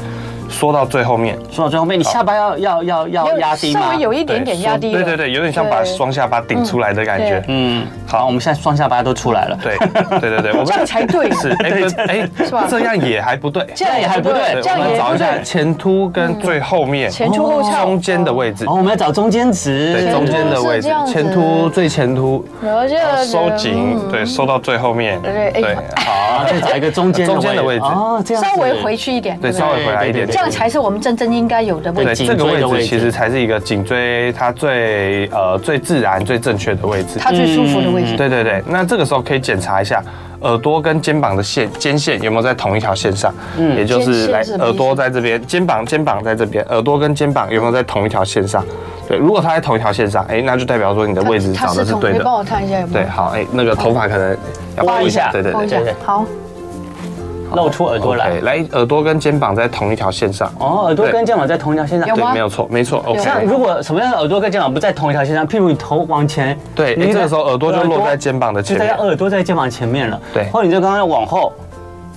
E: 缩到最后面，
C: 说到最后面，你下巴要要要要压低
B: 稍
C: 吗
B: 微？有一点点压低
E: 对
B: 了，
E: 对对，有点像把
B: 对
E: 双下巴顶出来的感觉。
C: 嗯，好，
E: 好
C: 我们现在双下巴都出来了。
E: 对 对对对，我们
B: 这样才对
E: 是哎不哎
B: 是吧
E: 这样也哎还不对，
B: 这样也还不对，
E: 对
B: 这
E: 我
B: 样
E: 们
B: 也
E: 找
B: 不
E: 一下
B: 对，嗯
E: 前凸跟最后面
B: 前凸后翘
E: 中间的位置
C: 哦，，我们要找中间值，
E: 对中间的
B: 前凸是
E: 位置
B: 这样，子
E: 前凸最前凸，
B: 然
E: 然后
B: 后
E: 收紧，对，收到最后面，
B: 嗯对哎
E: 对，好
C: 然，后再找一个中间
E: 中间的位置
C: 哦，这样子
B: 稍微回去一点，
E: 对，
B: 不
E: 稍微回来一
C: 对
E: 点
C: 对对
B: 这样
E: 点。
B: 才是我们真正应该有的位
E: 对，
B: 置。
C: 颈
E: 这个
C: 椎
E: 位
C: 的位
E: 置
C: 置
E: 其实才是一个颈椎它最呃最自然、最正确的位置。嗯
B: 它最舒服的位置。
E: 对对对，那这个时候可以检查一下耳朵跟肩膀的线肩线有没有在同一条线上，也就
B: 嗯肩线
E: 是
B: 是
E: 来
B: 什么意思
E: 耳朵在这边，肩膀肩膀在这边，耳朵跟肩膀有没有在同一条线上？对，如果它在同一条线上，哎，那就代表说你的位置
B: 它
E: 找
B: 它
E: 的是
B: 同
E: 对
B: 你帮
E: 的。
B: 我看一下有没
E: 对，
B: 有？
E: 好，哎，那个头发可能要
C: 挖一下
E: 对对
B: 帮我一
E: 对
B: 下
E: 对。
B: 好，
C: 露出耳朵来
E: OK，。来，耳朵跟肩膀在同一条线上。
C: 哦，耳朵跟肩膀在同一条线上
B: 有。
E: 对
B: 吗，
E: 没有错，没错。OK，
C: 像如果什么样的耳朵跟肩膀不在同一条线上，譬如你头往前，
E: 对，
C: 你
E: 哎，这个时候耳朵就落在肩膀的
C: 就
E: 前
C: 在
E: 面。
C: 耳朵在肩膀前面了。
E: 对
C: 或者你就刚刚往后，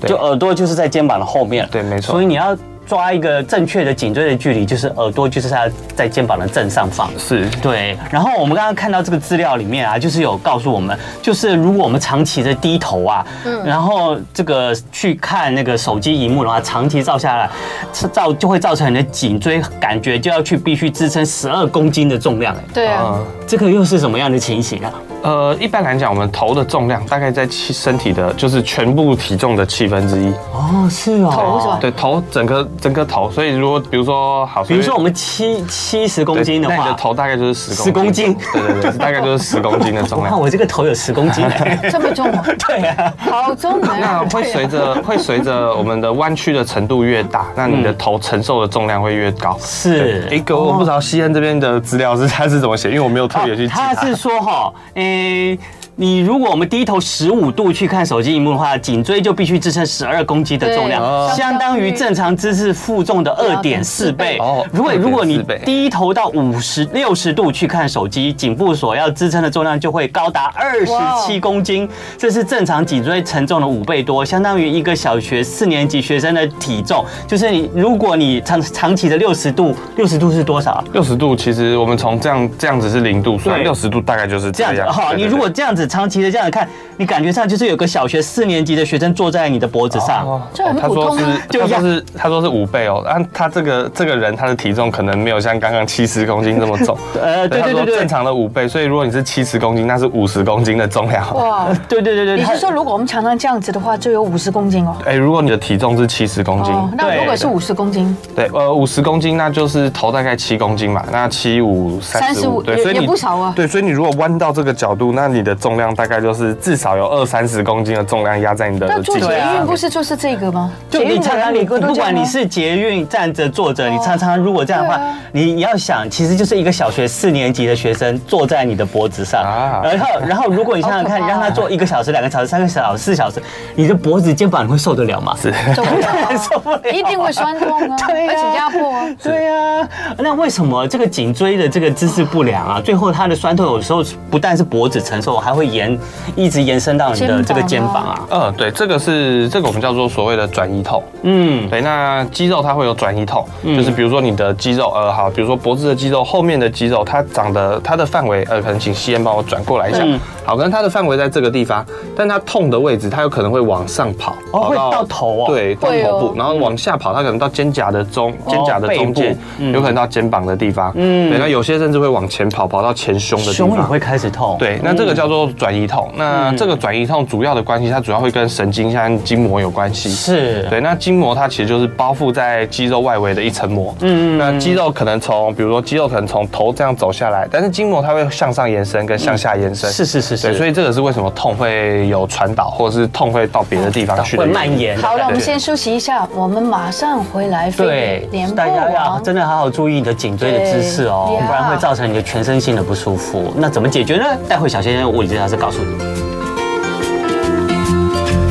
E: 对
C: 就耳朵就是在肩膀的后面。
E: 对没错
C: 所以你要抓一个正确的颈椎的距离，就是耳朵就是在在肩膀的正上方。
E: 是，
C: 对，然后我们刚刚看到这个资料里面啊，就是有告诉我们，就是如果我们长期的低头啊，
B: 嗯
C: 然后这个去看那个手机荧幕的话，长期照下来，是造就会造成你的颈椎感觉就要去必须支撑十二公斤的重量，哎，
B: 对啊，
E: 嗯。
C: 这个又是什么样的情形啊？
E: 呃，一般来讲，我们头的重量大概在七身体的，就是全部体重的七分之一。
C: 哦，是哦，
B: 头是吧
E: 对，头整个整个头，所以如果比如说好，
C: 比如说我们七七十公斤的
E: 对那你
C: 话
E: 的，头大概就是十
C: 10公斤
E: 对对对，大概就是十公斤的重
C: 我 看
E: 量。
C: 我这个头有十公 斤，哎
B: 这么重啊，
C: 对啊，
B: 好重
E: 那
B: 啊！
E: 会随着会随着我们的弯曲的程度越大，那你的头承受的重量会越高。
C: 是
E: 哎，哥，我不知道西安这边的资料是他是怎么写，因为我没有特别去
C: 哦
E: 记
C: 他是说哈，诶、你如果我们低头十五度去看手机荧幕的话，颈椎就必须支撑十二公斤的重量
B: 对
E: 哦，
C: 相当于正常姿势负重的二点四倍。
E: 哦
C: 如果如果你
E: 2.4倍
C: 低头到五十六十度去看手机，颈部所要支撑的重量就会高达二十
B: 哇
C: 七公斤，这是正常颈椎承重的五倍多，相当于一个小学四年级学生的体重。就是你如果你长长期的六十度，六十度是多少？
E: 六十度，其实我们从这样这样子是零度算，
C: 对
E: 六十度大概就是
C: 这
E: 这
C: 样子
E: 样。
C: 哈，
E: 哎对
C: 你
E: 对对
C: 如果这样子长期的这样看，你感觉上就是有个小学四年级的学生坐在你的脖子
E: 哦
C: 上，
B: 这很
E: 他
B: 普
E: 说
B: 通
E: 是
B: 啊，
C: 就
E: 他
C: 压
E: 说是他说是五倍哦，但他这个这个人他的体重可能没有像刚刚七十公斤这么重，
C: 呃，对
E: 他
C: 对
E: 说
C: 对对
E: 正，常的五倍，所以如果你是七十公斤，那是五十公斤的重量。
B: 哇！
C: 对对对对，
B: 啊你
C: 他
B: 是说，如果我们常常这样子的话，就有五十公斤哦。
E: 哎、如果你的体重是七十公斤，
B: 哦，那如果是五十公斤，
E: 对，呃，五十公斤那就是头大概七公斤嘛，那七五三十
B: 35
E: 五，对，
B: 也
E: 所以
B: 也
E: 你
B: 不少啊
E: 对，所以你如果弯到这个角度，那你的重量大概就是至少有二三十公斤的重量压在你的
B: 那
E: 颈
B: 做
E: 椎
B: 捷
E: 上面。
B: 运不是就是这个吗？
C: 就你常常你
B: 都这样吗
C: 不管你是捷运站着坐着，你常常如果这样的话
B: 对啊，
C: 你要想，其实就是一个小学四年级的学生坐在你的脖子上，
E: 啊
C: 然后然后如果你想想看，
B: 好可怕啊
C: 让他坐一个小时、两个小时、三个小时、四小时，你的脖子、肩膀你会受得了吗？是。
B: 走不了 啊
C: 受不了
B: 一定会酸痛啊，
C: 对啊
B: 而且压迫啊。
C: 对呀、那为什么这个颈椎的这个姿势不良啊，最后它的酸痛有时候不但是脖子承受，还会延一直延伸到你的这个肩膀啊？
E: 嗯，对，这个是这个我们叫做所谓的转移痛。
C: 嗯，
E: 对，那肌肉它会有转移痛，就是比如说你的肌肉，呃，好，比如说脖子的肌肉后面的肌肉，它长的它的范围，呃，可能请西恩帮我转过来一下，
C: 嗯
E: 好，可能它的范围在这个地方，但它痛的位置，它有可能会往上跑，
C: 哦
E: 跑
C: 会到头哦嗯哦
E: 对，到
B: 会哦
E: 头部，然后往下跑，它可能到肩胛的中肩胛的中
C: 背
E: 间
C: 部，嗯
E: 有可能到肩膀的地方，
C: 嗯
E: 嗯，对，那有些甚至会往前跑，跑到前胸的地
C: 胸也
E: 方。
C: 会嗯开始痛。
E: 对，那这个叫做转移痛。那这个转移痛主要的关系，它主要会跟神经和筋膜有关系。
C: 是，
E: 对，那筋膜它其实就是包覆在肌肉外围的一层膜。
C: 嗯
E: 嗯，那肌肉可能从，比如说肌肉可能从头这样走下来，但是筋膜它会向上延伸跟向下延伸。
C: 嗯是是是
E: 对，
C: 是，
E: 所以这个是为什么痛会有传导，或者是痛会到别的地方去的
C: 会
E: 原因
C: 蔓。延。
B: 好了，我们
E: 对
B: 先休息一下，我们马上回来。
C: 对
B: 连，播
C: 大家要
B: 网
C: 真的好好注意你的颈椎的姿势哦
B: 对，呀
C: 不然会造成你的全身性的不舒服。那怎么解决呢？待会小仙仙物理治疗师告诉你。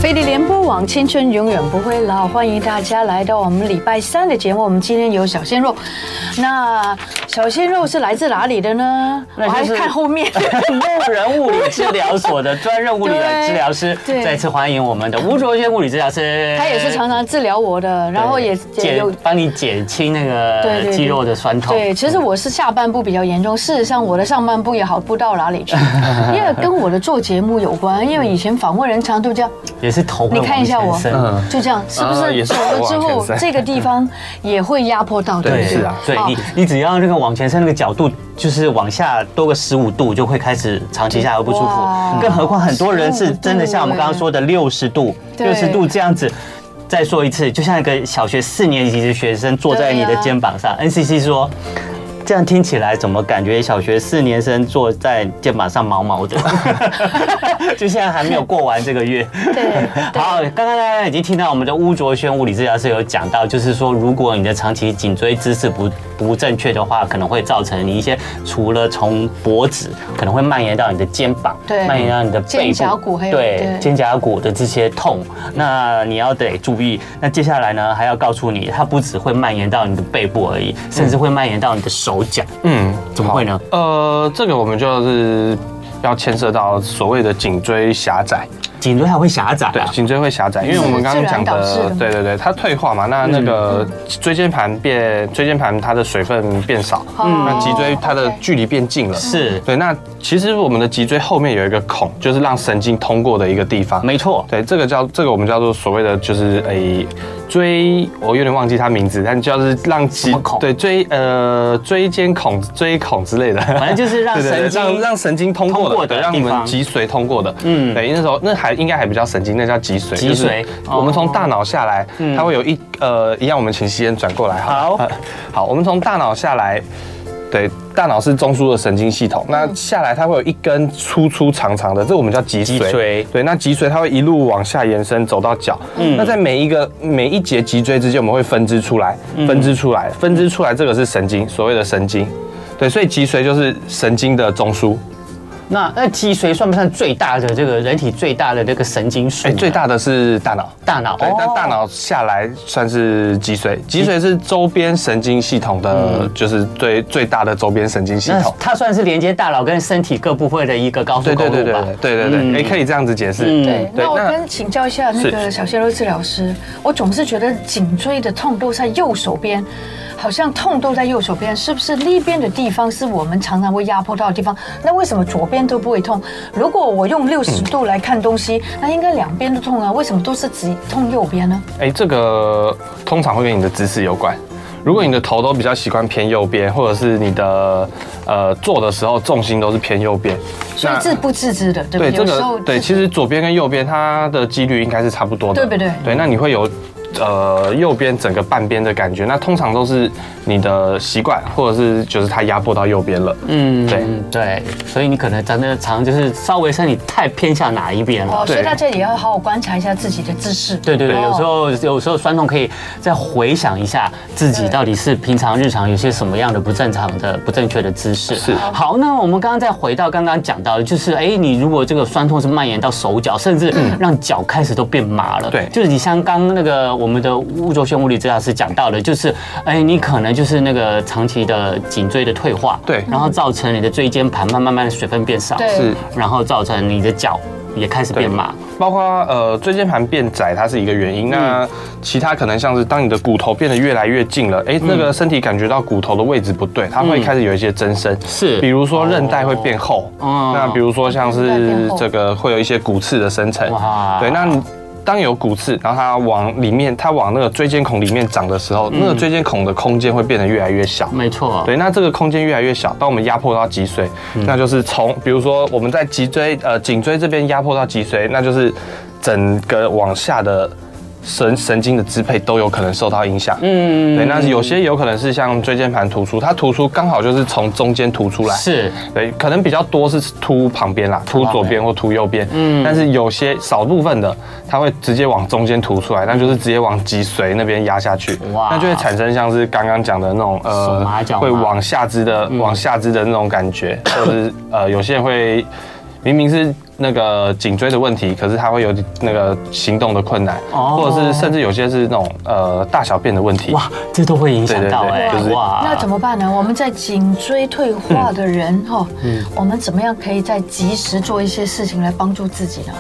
B: 飞碟联播网，青春永远不会老。欢迎大家来到我们礼拜三的节目。我们今天有小鲜肉，那小鲜肉是来自哪里的 呢？我
F: 那
B: 还
F: 就是
B: 看后面。
C: 牧人物理治疗所的专任物理治疗师，
B: 对对
C: 再次欢迎我们的吴卓轩物理治疗师。
B: 他也是常常治疗我的，然后也也
C: 解
B: 有
C: 帮你减轻那
B: 对对
C: 个
B: 对
C: 肌肉的酸痛。
B: 对，其实我是下半部比较严重，事实上我的上半部也好不到哪 里去，因为跟我的做节目有关。因为以前访问人常都这样，
C: 也是头会
B: 你看一下我
C: 往前伸
E: 嗯，
B: 就这样，是不
E: 啊也
B: 是
E: 是
B: 走了之
E: 往
B: 后
E: 前塞
B: 这个地方也会压迫到？
E: 对
B: 不
E: 是啊
C: 对
B: 好
C: 你，你只要那个往前伸那个角度，就是往下多个十五度，就会开始长期下来会不舒
B: 哇
C: 服。更何况很多人
B: 15
C: 是
B: 度
C: 真的像我们刚刚说的六十度，
B: 对
C: 六十度这样子。再说一次，就像一个小学四年级的学生坐在你的
B: 对啊
C: 肩膀上，NCC 说。这样听起来怎么感觉小学四年生坐在肩膀上毛 毛的？ 就现在还没有过完这个月。
B: 对，
C: 好，刚刚大家已经听到我们的巫卓轩物理治疗师有讲到，就是说，如果你的长期颈椎姿势不不正确的话，可能会造成你一些除了从脖子，可能会蔓延到你的肩膀，
B: 对
C: 蔓延到你的背部
B: 肩胛骨还有
C: 对
B: 对
C: 肩胛骨的这些痛，那你要得注意。那接下来呢，还要告诉你，它不只会蔓延到你的背部而已，
B: 嗯
C: 甚至会蔓延到你的手脚。
E: 嗯，
C: 怎么会
B: 哦
C: 呢？
E: 呃，这个我们就是要牵涉到所谓的颈椎狭窄，
C: 颈椎还会狭窄、
E: 对，
C: 啊，
E: 颈椎会狭窄，因为我们刚刚讲
B: 自然导致
E: 的
B: 的，
E: 对对对，它退化嘛，
C: 嗯
E: 那那个椎间盘变，椎间盘它的水分变少，
B: 嗯
E: 那脊椎它的
B: OK
E: 距离变近了，
C: 是
E: 对，那其实我们的脊椎后面有一个孔，就是让神经通过的一个地方。
C: 没错，
E: 对，这个叫这个我们叫做所谓的就是诶、椎，我有点忘记它名字，但就是让
C: 什
E: 脊
C: 么孔
E: 对椎呃椎间孔、椎孔之类的，
C: 反正就是让
E: 对对对
C: 神经
E: 让让神经通过
C: 通过
E: 的，
C: 的
E: 对，让我
C: 地
E: 们
C: 方
E: 脊髓通过的。
C: 嗯
E: 嗯，对，那时候那还应该还不叫神经，那叫脊髓。
C: 脊髓哦嗯
E: 就是我们从大脑下来，它会有一呃一样，我们请西恩转过来好了。
C: 好
E: 好，我们从大脑下来。对，大脑是中枢的神经系统，那
C: 嗯
E: 下来它会有一根粗粗长长的，这我们叫脊髓。
C: 脊髓
E: 对，那脊髓它会一路往下延伸，走到脚。嗯，那在每一个每一节脊椎之间，我们会分支出来，
C: 嗯
E: 分支出来，分支出来，这个是神经，所谓的神经。对，所以脊髓就是神经的中枢，
C: 那那脊髓算不算最大的这个人体最大的这个神经束
E: 哎、
C: 呢？
E: 最大的是大脑。
C: 大脑，哦
E: 对，但大脑下来算是脊髓，脊髓是周边神经系统的，就是最最大的周边神经系
C: 嗯那
E: 统。
C: 它算是连接大脑跟身体各部位的一个高速
E: 对
C: 公
E: 对
C: 路吧？
E: 对对对对对，
C: 嗯
E: 哎，可以这样子解
C: 嗯
E: 释。
B: 对，
E: 对
B: 那我
E: 那
B: 跟请教一下那个
E: 是
B: 小鲜肉治疗师，我总是觉得颈椎的痛都在右手边，好像痛都在右手边，是不是那边的地方是我们常常会压迫到的地方？那为什么左边都不会痛？如果我
E: 嗯
B: 用六十度来看东西，那应该两边都痛啊，为什么都是只痛右边呢？
E: 哎，这个通常会跟你的姿势有关。如果你的头都比较习惯偏右边，或者是你的呃坐的时候重心都是偏右边，
B: 所以自不自知的，对不对？
E: 对这
B: 有时候
E: 个对，
B: 自
E: 其实左边跟右边它的几率应该是差不多的，
B: 对不对
E: 对，那你会有。呃，右边整个半边的感觉，那通常都是你的习惯，或者是就是它压迫到右边了。
C: 嗯，
E: 对
C: 对对，所以你可能真的常就是稍微身体太偏向哪一边了
B: 哦，。所以
E: 对
B: 大家也要好好观察一下自己的姿势。
C: 对对对，
B: 哦
C: 有时候有时候酸痛可以再回想一下自己
B: 对
C: 到底是平常日常有些什么样的不正常的不正确的姿势。
E: 是
C: 好，那我们刚刚再回到刚刚讲到的，就是哎，你如果这个酸痛是蔓延到手脚，甚至让脚开始都变麻了，
E: 对
C: 就是你像刚刚那个我们的吴卓轩物理治疗师讲到的，就是哎，你可能就是那个长期的颈椎的退化，
E: 对
C: 然后造成你的椎间盘慢慢慢的水分变少，
B: 对
E: 是
C: 然后造成你的脚也开始
E: 对
C: 变麻，
E: 包括呃椎间盘变窄，它是一个原因。
C: 嗯
E: 那其他可能像是当你的骨头变得越来越近了，哎、
C: 嗯
E: 那个身体感觉到骨头的位置不对，它会开始有一些增生。
C: 是
E: 比如说韧带会变厚，
C: 哦
E: 那比如说像
B: 韧带变
E: 是
B: 厚
E: 这个会有一些骨刺的生成
C: 哇，
E: 对，那你当有骨刺，然后它往里面，它往那个椎间孔里面长的时
C: 嗯
E: 候，那个椎间孔的空间会变得越来越小，
C: 没错，
E: 对，那这个空间越来越小，当我们压迫到脊髓，那就是从比如说我们在脊椎呃颈椎这边压迫到脊髓，那就是整个往下的神神经的支配都有可能受到影响。
C: 嗯，
E: 对，那有些有可能是像椎间盘突出，它突出刚好就是从中间突出来，
C: 是。
E: 对，可能比较多是凸旁边啦，凸左边或凸右边，嗯，但是有些少部分的，它会直接往中间凸出来，那就是直接往脊髓那边压下去，
C: 哇
E: 哇，那就会产生像是刚刚讲的那种呃
C: 手麻脚麻嗯
E: 会往下肢的、往下肢的那种感觉，或者是呃，有些人会明明是那个颈椎的问题，可是他会有那个行动的困难，
C: 哦
E: 或者是甚至有些是那种呃大小便的问题。
C: 哇，这都会影响到
E: 对
C: 哎、
E: 对对就是
C: 哇，
B: 那怎么办呢？我们在颈椎退化的人哈，
E: 嗯
B: 我们怎么样可以在及时做一些事情来帮助自己呢？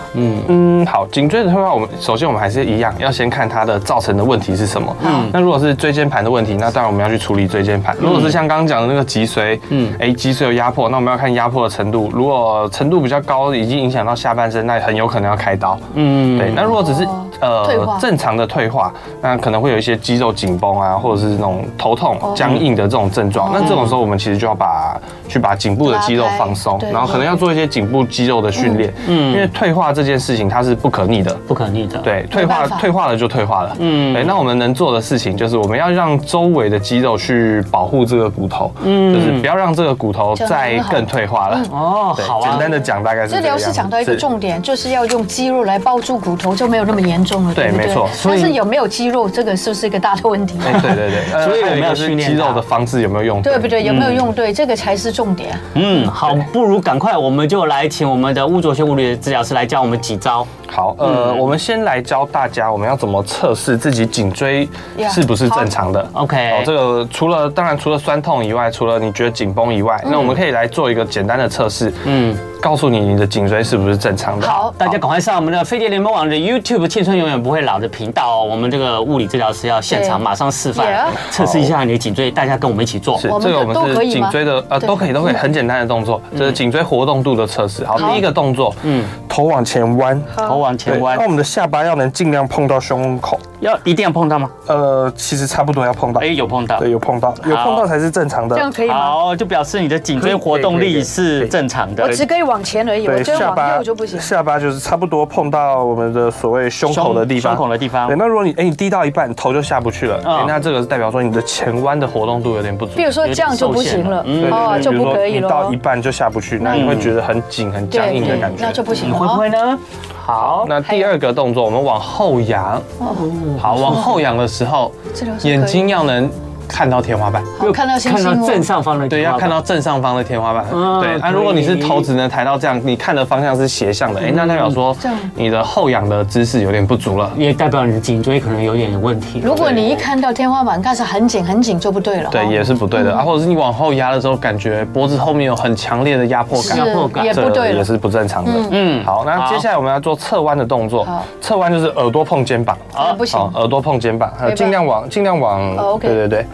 E: 嗯，好，颈椎的退化，我们首先我们还是一样，要先看它的造成的问题是什么。嗯，那如果是椎间盘的问题，那当然我们要去处理椎间盘。如果是像刚刚讲的那个脊髓，嗯，哎，脊髓有压迫，那我们要看压迫的程度。如果程度比较高，已经影响到下半身，那很有可能要开刀。
C: 嗯，
E: 对，那如果只是
B: 哦退化
E: 呃正常的退化，那可能会有一些肌肉紧绷啊，或者是那种头痛、僵硬的这种症
B: 哦
E: 状。那这种时候，我们其实就要把去把颈部的肌肉
B: 拉开
E: 放松
B: 对，
E: 然后可能要做一些颈部肌肉的训练，
C: 嗯
E: 因为退化这件事情它是不可逆的。
C: 不可逆的，，
E: 对，退
B: 办
E: 化
B: 法
E: 退化了就退化了。
C: 嗯
E: 嗯，对，那我们能做的事情就是我们要让周围的肌肉去保护这个骨头，
C: 嗯
E: 就是不要让这个骨头
B: 就很
E: 再
B: 好
E: 更退化了。
C: 哦，
E: 对
C: 好，啊
E: 简，单的讲大概是
B: 治
E: 这个
B: 疗
E: 样
B: 是
E: 子
B: 讲到一个
E: 是
B: 重点，就是要用肌肉来包住骨头，就没有那么严重了，
E: 对
B: 不对？
E: 没错
C: 所
B: 但
C: 以
B: 是有没有肌肉，这个是不是一个大的问题？
E: 哎，对 对对，
C: 所以
E: 呃
C: 我们要
E: 还有一个是
C: 训练它
E: 肌肉的方式有没有用？
B: 对不对？有没有用对？这个才是重点。
C: 嗯，好，不如赶快我们就来请我们的巫卓轩物理的治疗师来教我们几招。
E: 好，
C: 嗯
E: 呃，我们先来教大家我们要怎么测试自己颈椎
B: Yeah，
E: 是不是正常的。
C: 好 OK
B: 哎
E: 好，哦这个除了当然除了酸痛以外，除了你觉得紧绷以外，
B: 嗯
E: 那我们可以来做一个简单的测试，
C: 嗯，
E: 告诉你你的颈椎是不是正常的。
B: 好，
C: 大家赶快上我们的飞碟联盟网的 YouTube“ 青春永远不会老”的频道哦。我们这个物理治疗师要现场
B: 对
C: 马上示范
B: Yeah，
C: 测试一下你的颈椎，大家跟我们一起做。
E: 是
B: 我们
E: 这个
B: 的
E: 我们
B: 都可
E: 是
B: 以
E: 颈
B: 吗
E: 椎的呃
B: 对嗯
E: 都可以都可以很简单的动作，这是颈椎活动度的测试。好，第一个动作，嗯，头往前弯，
C: 头往前
E: 对
C: 弯
E: 那我，们的下巴要能尽量碰到胸口，
C: 要一定要碰到吗？
E: 呃，其实差不多要碰到
C: 哎，，有碰到
E: 对，。有碰到，有碰到才是正常的
B: 这。样可以吗？
C: 好，就表示你的颈椎活动力是正常的
B: 我。只可以往前而已，我
E: 对，
B: 这
E: 下
B: 样往
E: 巴
B: 右就不行。
E: 下巴就是差不多碰到我们的所谓胸口的地方，
C: 胸口的地方
E: 对，那如果你哎、你低到一半，头就下不去了，
C: 嗯
E: 哎那这个是代表说你的前弯的活动度有点不足。
B: 比如说这样就不行了，
C: 有
E: 对
B: 哦，
E: 对
B: 就
E: 嗯比如
B: 不
E: 说
B: 可以
E: 你到
B: 咯
E: 一。半就下不去，那你
C: 嗯
E: 会觉得很紧、很僵硬的感觉。
B: 那就不行
C: 你
B: 了。
C: 会不会呢？好，
E: 那第二个动作，我们往后仰，
B: 哦
E: 好，往后仰的时候
B: 治疗，师可以
E: 眼睛要能看到天花板。
B: 好哦看到星
C: 看
B: 星
C: 到正
B: 哦，
C: 上方的，
E: 对，要看。到正上方的天花板。
C: 嗯
E: 对，那、
C: 可
E: 啊
C: 以
E: 如果你是头只能抬到这样，你看的方向是斜向的，哎、那代表说
B: 这样
E: 你的后仰的姿势有点不足了。
C: 也代表你的颈椎可能有点问题。
B: 如果你一看到天花板，但是很紧很紧就不对了哦。
E: 对，也是不对的、啊，或者是你往后压的时候，感觉脖子后面有很强烈的压迫感，
B: 是
C: 迫感
B: 也
E: 这
B: 不对
E: 也
B: 了。
E: 是不正常的。
C: 嗯
E: 嗯，好，那接下来我们要做侧弯的动作
B: 好，
E: 侧弯就是耳朵碰肩膀，
B: 啊不行
E: 好耳朵碰肩膀，
B: 没办
E: 呃
B: 法
E: 尽量往尽量往
B: 哦，，OK
E: 对对对，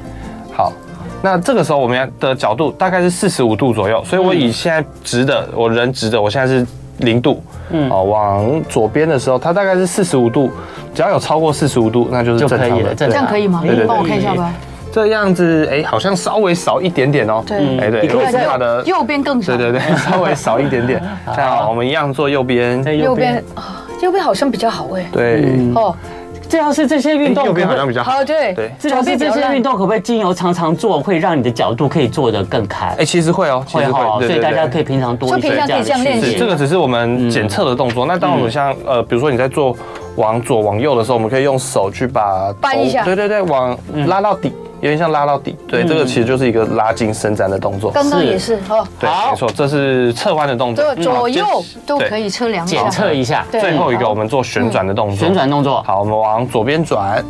E: 好。那这个时候我们要的角度大概是四十五度左右，所以
C: 嗯
E: 我以现在直的，我人直的，我现在是零度，嗯，哦，往左边的时候，它大概是四十五度，只要有超过四十五度，那就是
C: 就
E: 正
C: 可以
E: 常
C: 了，
E: 的。
C: 正常
B: 这样可以吗？
E: 对对对
B: 帮我看一下吧。
E: 这样子，哎，好像稍微少一点点哦。
B: 对
E: 哎对，
C: 你可以
E: 我
C: 在
E: 画的，
B: 右边更少。
E: 对 对对，稍微少一点点。这样，我们一样做右边，嗯
C: 在
B: 右边啊，右边好像比较好哎。
E: 对。
B: 哦，
C: 这要是这些运动可
E: 右
C: 不可以，
E: 边好像比较好。
B: 好对
E: 对
C: 这要是这些运动可不可以经由常常做，会让你的角度可以做得更开
E: 哎、？其实会哦、其
C: 会
E: 实
C: 哈，
E: 对
C: 所以
E: 对
C: 大家
E: 对
C: 可以平常多
B: 就
C: 一些
B: 平常可以
C: 这样
B: 这样
C: 的
B: 练习
C: 训
E: 是这
C: 练。
E: 个只是我们检测的动作。那当我们像呃，比如说你在做往左往右的时候，我们可以用手去把头
B: 扳一下
E: 对对对，往拉到底，有点像拉到底。对，这个其实就是一个拉筋伸展的动作。
B: 刚刚也是哦，
E: 对，
C: 好
E: 没错，这是侧弯的动作嗯
B: 左，左右
E: 好接
B: 都可以测量一
C: 检
B: 下。
C: 测一下，
B: 对
E: 对最后一个，我们做旋转的动
C: 嗯
E: 作。
C: 旋转动作，
E: 好，我们往左边转，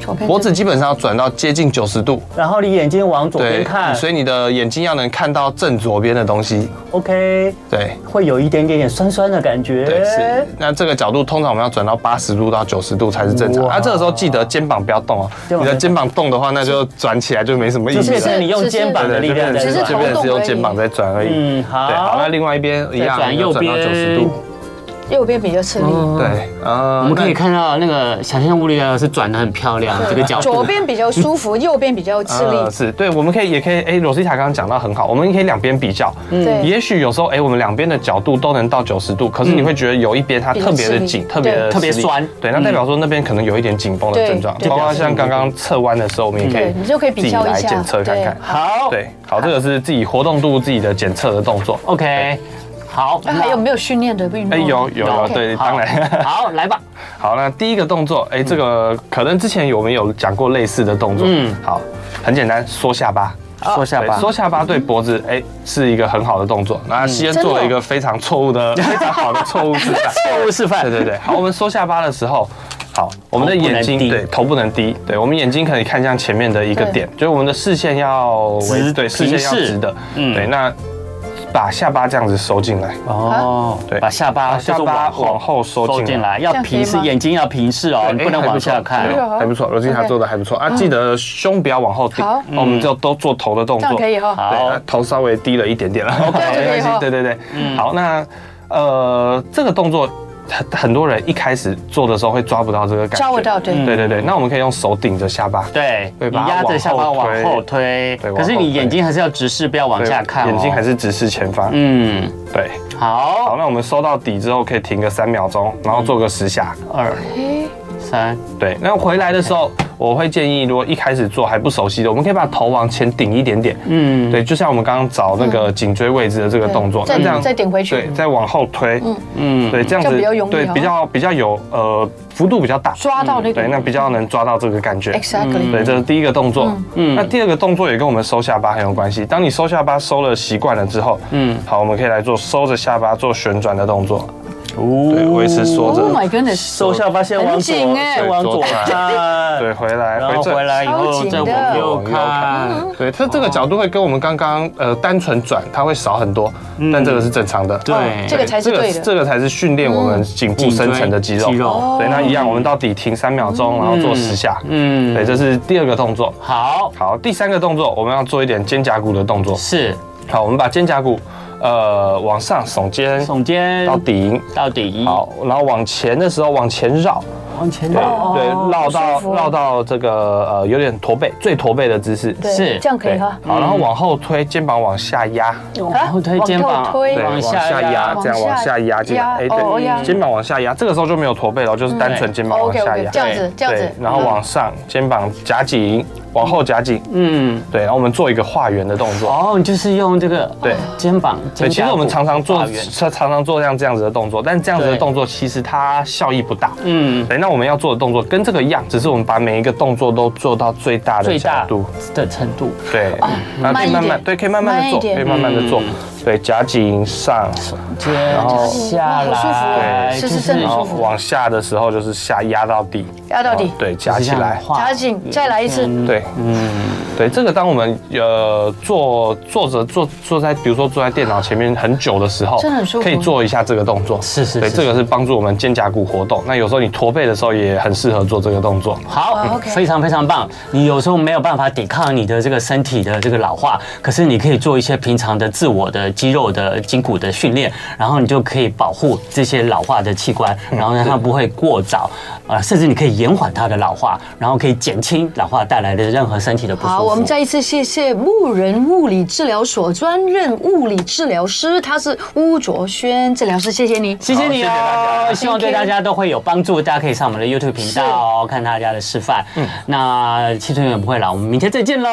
B: 左边
E: 脖子基本上要转到接近九十度，
C: 然后你眼睛往左嗯边
E: 对，
C: 看
E: 所以你的眼睛要能看到正左边的东西，
C: ，OK，
E: 对，
C: 会有一点点点酸酸的感觉。
E: 对，是。那这个角度通常我们要转到八十度到九十度才是正常。
C: 哇
E: 啊，这个时候记得肩膀不要动哦，
C: 肩膀不要动
E: 你的肩膀动的话，那就转起来就没什么意
C: 就
E: 义
C: 变
E: 了。
C: 成你用肩膀的力量在
B: 只是
E: 这
B: 头
E: 边
B: 动
E: 是
B: 而
E: 用
B: 已
E: 肩膀在转而已。
C: 嗯
E: 嗯，
C: 好
E: 对，好，那另外一边一样，
C: 再转右边嗯
E: 要到九十度。
B: 右边比较吃力，
E: 对，啊，
C: 我们可以
E: 那
C: 看到那个想象物理啊是转的很漂亮，这个角
B: 左
C: 度。
B: 边比较舒 服，右边比较吃力
E: 呃，。是对，我们可以也可以，哎，罗西塔刚刚讲到很好，我们可以两边比较，
B: 嗯对，
E: 也许有时候，哎、我们两边的角度都能到九十度，可是你会觉得有一边它特别的
B: 嗯
E: 紧，
B: 比较吃力嗯
E: 特别的
C: 对特别
E: 吃力
C: 酸
E: 对，那代表说那边可能有一点紧绷的症状，
B: 对嗯
E: 包括像刚刚侧弯的时候，我们也可
B: 对
E: 以
B: 你就可以比较一
E: 自己
B: 下
E: 来检测看看。
C: 好
E: 对，好，这个是自己活动度自己的检测的动作。
C: ，OK，好，
B: 啊那还有没有训练的运
E: 哎、
B: 动？
E: 有有有，
B: OK
E: 对，
C: 好
E: 当然。
C: 好，来吧，
E: 好，那第一个动作，哎、这个可能之前有没有讲过类似的动作？
C: 嗯啊
E: 嗯，好，很简单，缩下巴。
C: 缩下巴，
E: 缩下巴对脖子，哎、是一个很好的动作。
C: 嗯
E: 那西恩
B: 真的
E: 做了一个非常错误的、非常好的错误示范。
C: 哦 错误示范
E: 对对对，好，我们缩下巴的时候，好，我们的
C: 头不能
E: 眼睛
C: 低
E: 对头不能低，对我们眼睛可以看向前面的一个
D: 对
E: 点，就是我们的视线要
C: 直
E: 为对视线要
C: 平视
E: 直的，
C: 嗯
E: 对，那把下巴这样子收进来，
C: 哦，
E: 对
C: 把下巴
E: 把下
C: 就是
E: 巴往后收进来
C: 进来，要
D: 这样可以
C: 平视，
D: 吗
C: 眼睛要平视哦，你
E: 对
C: 不能
E: 哎还
C: 往下
E: 错
C: 看
E: 对。
D: 对啊
E: 还不错，罗金他
D: OK
E: 做的还不错啊，记得胸不要往后顶，
D: 好
E: 哦我们就都做头的动
B: 这样
E: 作，
B: 可以哈。
E: 对，
C: 好
E: 那，头稍微低了一点点了
B: 这样就可以
E: 没关系
B: 哈。
E: 对对对，好，那呃，这个动作很很多人一开始做的时候会抓不到这个感觉，
B: 抓不到对
E: 对对对，那我们可以用手顶着下巴，
C: 对，
E: 对
C: 你
E: 把它
C: 压着
E: 往
C: 下巴
E: 后
C: 往
E: 推
C: 后推，
E: 对
C: 可是
E: 往后
C: 你眼
E: 推
C: 睛还是要直视，不要往
E: 对
C: 下看哦。
E: 眼睛还是直视前方。
C: 嗯，
E: 对，好，
C: 好，
E: 那我们收到底之后可以停个三秒钟，然后做个十下。
C: 二三，
E: 对，那回来的时候，我会建议，如果一开始做还不熟悉的，我们可以把头往前顶一点点。
C: 嗯，
E: 对，就像我们刚刚找那个颈椎位置的这个动作，
B: 嗯对
E: 那这样
B: 再顶回去
E: 对，再往后推，
C: 嗯，
E: 对，这样
B: 这样
E: 子
B: 比较容易
E: 对
B: 哦
E: 比较比较有呃幅度比较大，
B: 抓到那个
E: 嗯对，那比较能抓到这个感觉。
B: exactly，
E: 对，这是第一个动作。
C: 嗯
E: 嗯，那第二个动作也跟我们收下巴很有关系。当你收下巴收了习惯了之后，
C: 嗯
E: 嗯，好，我们可以来做收着下巴做旋转的动作，对，
C: 哦
E: 维持缩着
B: Oh，my goodness！
C: 收下巴先往
B: 很
C: 左，
B: 紧哎
C: 先往左
E: 对左
C: 看，
E: 对，，回来，
C: 然后
E: 正
C: 回。来以
B: 超
C: 后
B: 紧
C: 再
B: 的
C: 往右看，
E: 对，它
C: 哦
E: 这个角度会跟我们刚刚呃单纯转，它会少很多，但这个是正常的。
C: 嗯对，
B: 哦
C: 嗯
B: 这个才是
E: 这
B: 对
E: 个
B: 的哦
E: 这个才是训练我们颈部深层的肌肉。
C: 肌肉
E: 对，那一样，我们到底停三秒钟，然后做十下。
C: 嗯
E: 对，这是第二个动作。
C: 好
E: 好，第三个动作我们要做一点肩胛骨的动作。
C: 是
E: 好，我们把肩胛骨呃往上耸肩
C: 耸肩
E: 到底，
C: 到底，
E: 好，然后往前的时候往前绕，
C: 往前
E: 对
B: 哦
C: 绕，
E: 对，绕到绕到这个呃有点驼背，最驼背的姿势。
B: 对
C: 是
B: 这样可以
E: 对
B: 哈。
E: 好，然后往后推，肩膀往下压，
C: 往后推
B: 往
C: 肩
B: 后
C: 膀，
B: 推
E: 对，往下压，这样
B: 往
E: 往
B: 下
E: 下压进来，
B: 压
E: 哎，
B: 哦哦压
E: 对，肩膀往下压，这个时候就没有驼背了，就是单纯肩膀往
B: OK
E: 哦下
B: OK，
E: 压，
B: 这样子这样
E: 对
B: 子，，嗯
E: 然后往上，肩膀夹紧，往后夹紧，
C: 嗯，
E: 对，然后我们做一个画圆的动作，
C: 哦，就是用这个
E: 对
C: 肩膀，
E: 对，其实我们常常做，
C: 肩胛骨画圆
E: 常常做像这样子的动作，但这样子的
C: 对
E: 动作其实它效益不大。
C: 嗯，
E: 对，那我们要做的动作跟这个一样，只是我们把每一个动作都做到最大的
C: 最
E: 角
C: 大
E: 度。
C: 的程度，
E: 对，然后可
B: 慢一
E: 以慢慢
B: 点，
E: 对，可以慢慢
B: 慢
E: 的
B: 一
E: 做，
B: 点
E: 可以慢慢的做
C: 嗯。
E: 对，夹紧上，
C: 肩
E: 后
C: 下来，
B: 对是是
C: 就是
B: 很
E: 然后
B: 舒服
E: 往下的时候就是下压到底，哦
B: 压到底，
E: 对，嗯夹起来。
B: 夹紧，再来一次。
E: 对，
C: 嗯，
E: 对，这个当我们呃坐坐着坐坐在，比如说坐在电脑前面很久的时候，
B: 真的很舒服
E: 可以做一下这个动作。
C: 是是
E: 对，
C: 是
E: 这个是帮助我们肩胛骨活动。那有时候你驼背的时候也很适合做这个动作。
B: 哦
C: 好，
B: ，OK
C: 非常非常棒。你有时候没有办法抵抗你的这个身体的这个老化，可是你可以做一些平常的自我的肌肉的筋骨的训练，然后你就可以保护这些老化的器官，
B: 嗯
C: 然后让它不会过早，呃，甚至你可以延缓它的老化，然后可以减轻老化带来的任何身体的不舒服。
B: 好，我们再一次谢谢牧人物理治疗所专任物理治疗师，他是巫卓轩治疗师，谢谢你。
C: 谢谢你
E: 好谢谢大
C: 哦，
E: 家
C: 希望对
B: Thank you
C: 大家都会有帮助。大家可以上我们的
B: 嗯
C: YouTube 频道哦看大家的示范。那青春永远不会老，我们明天再见喽。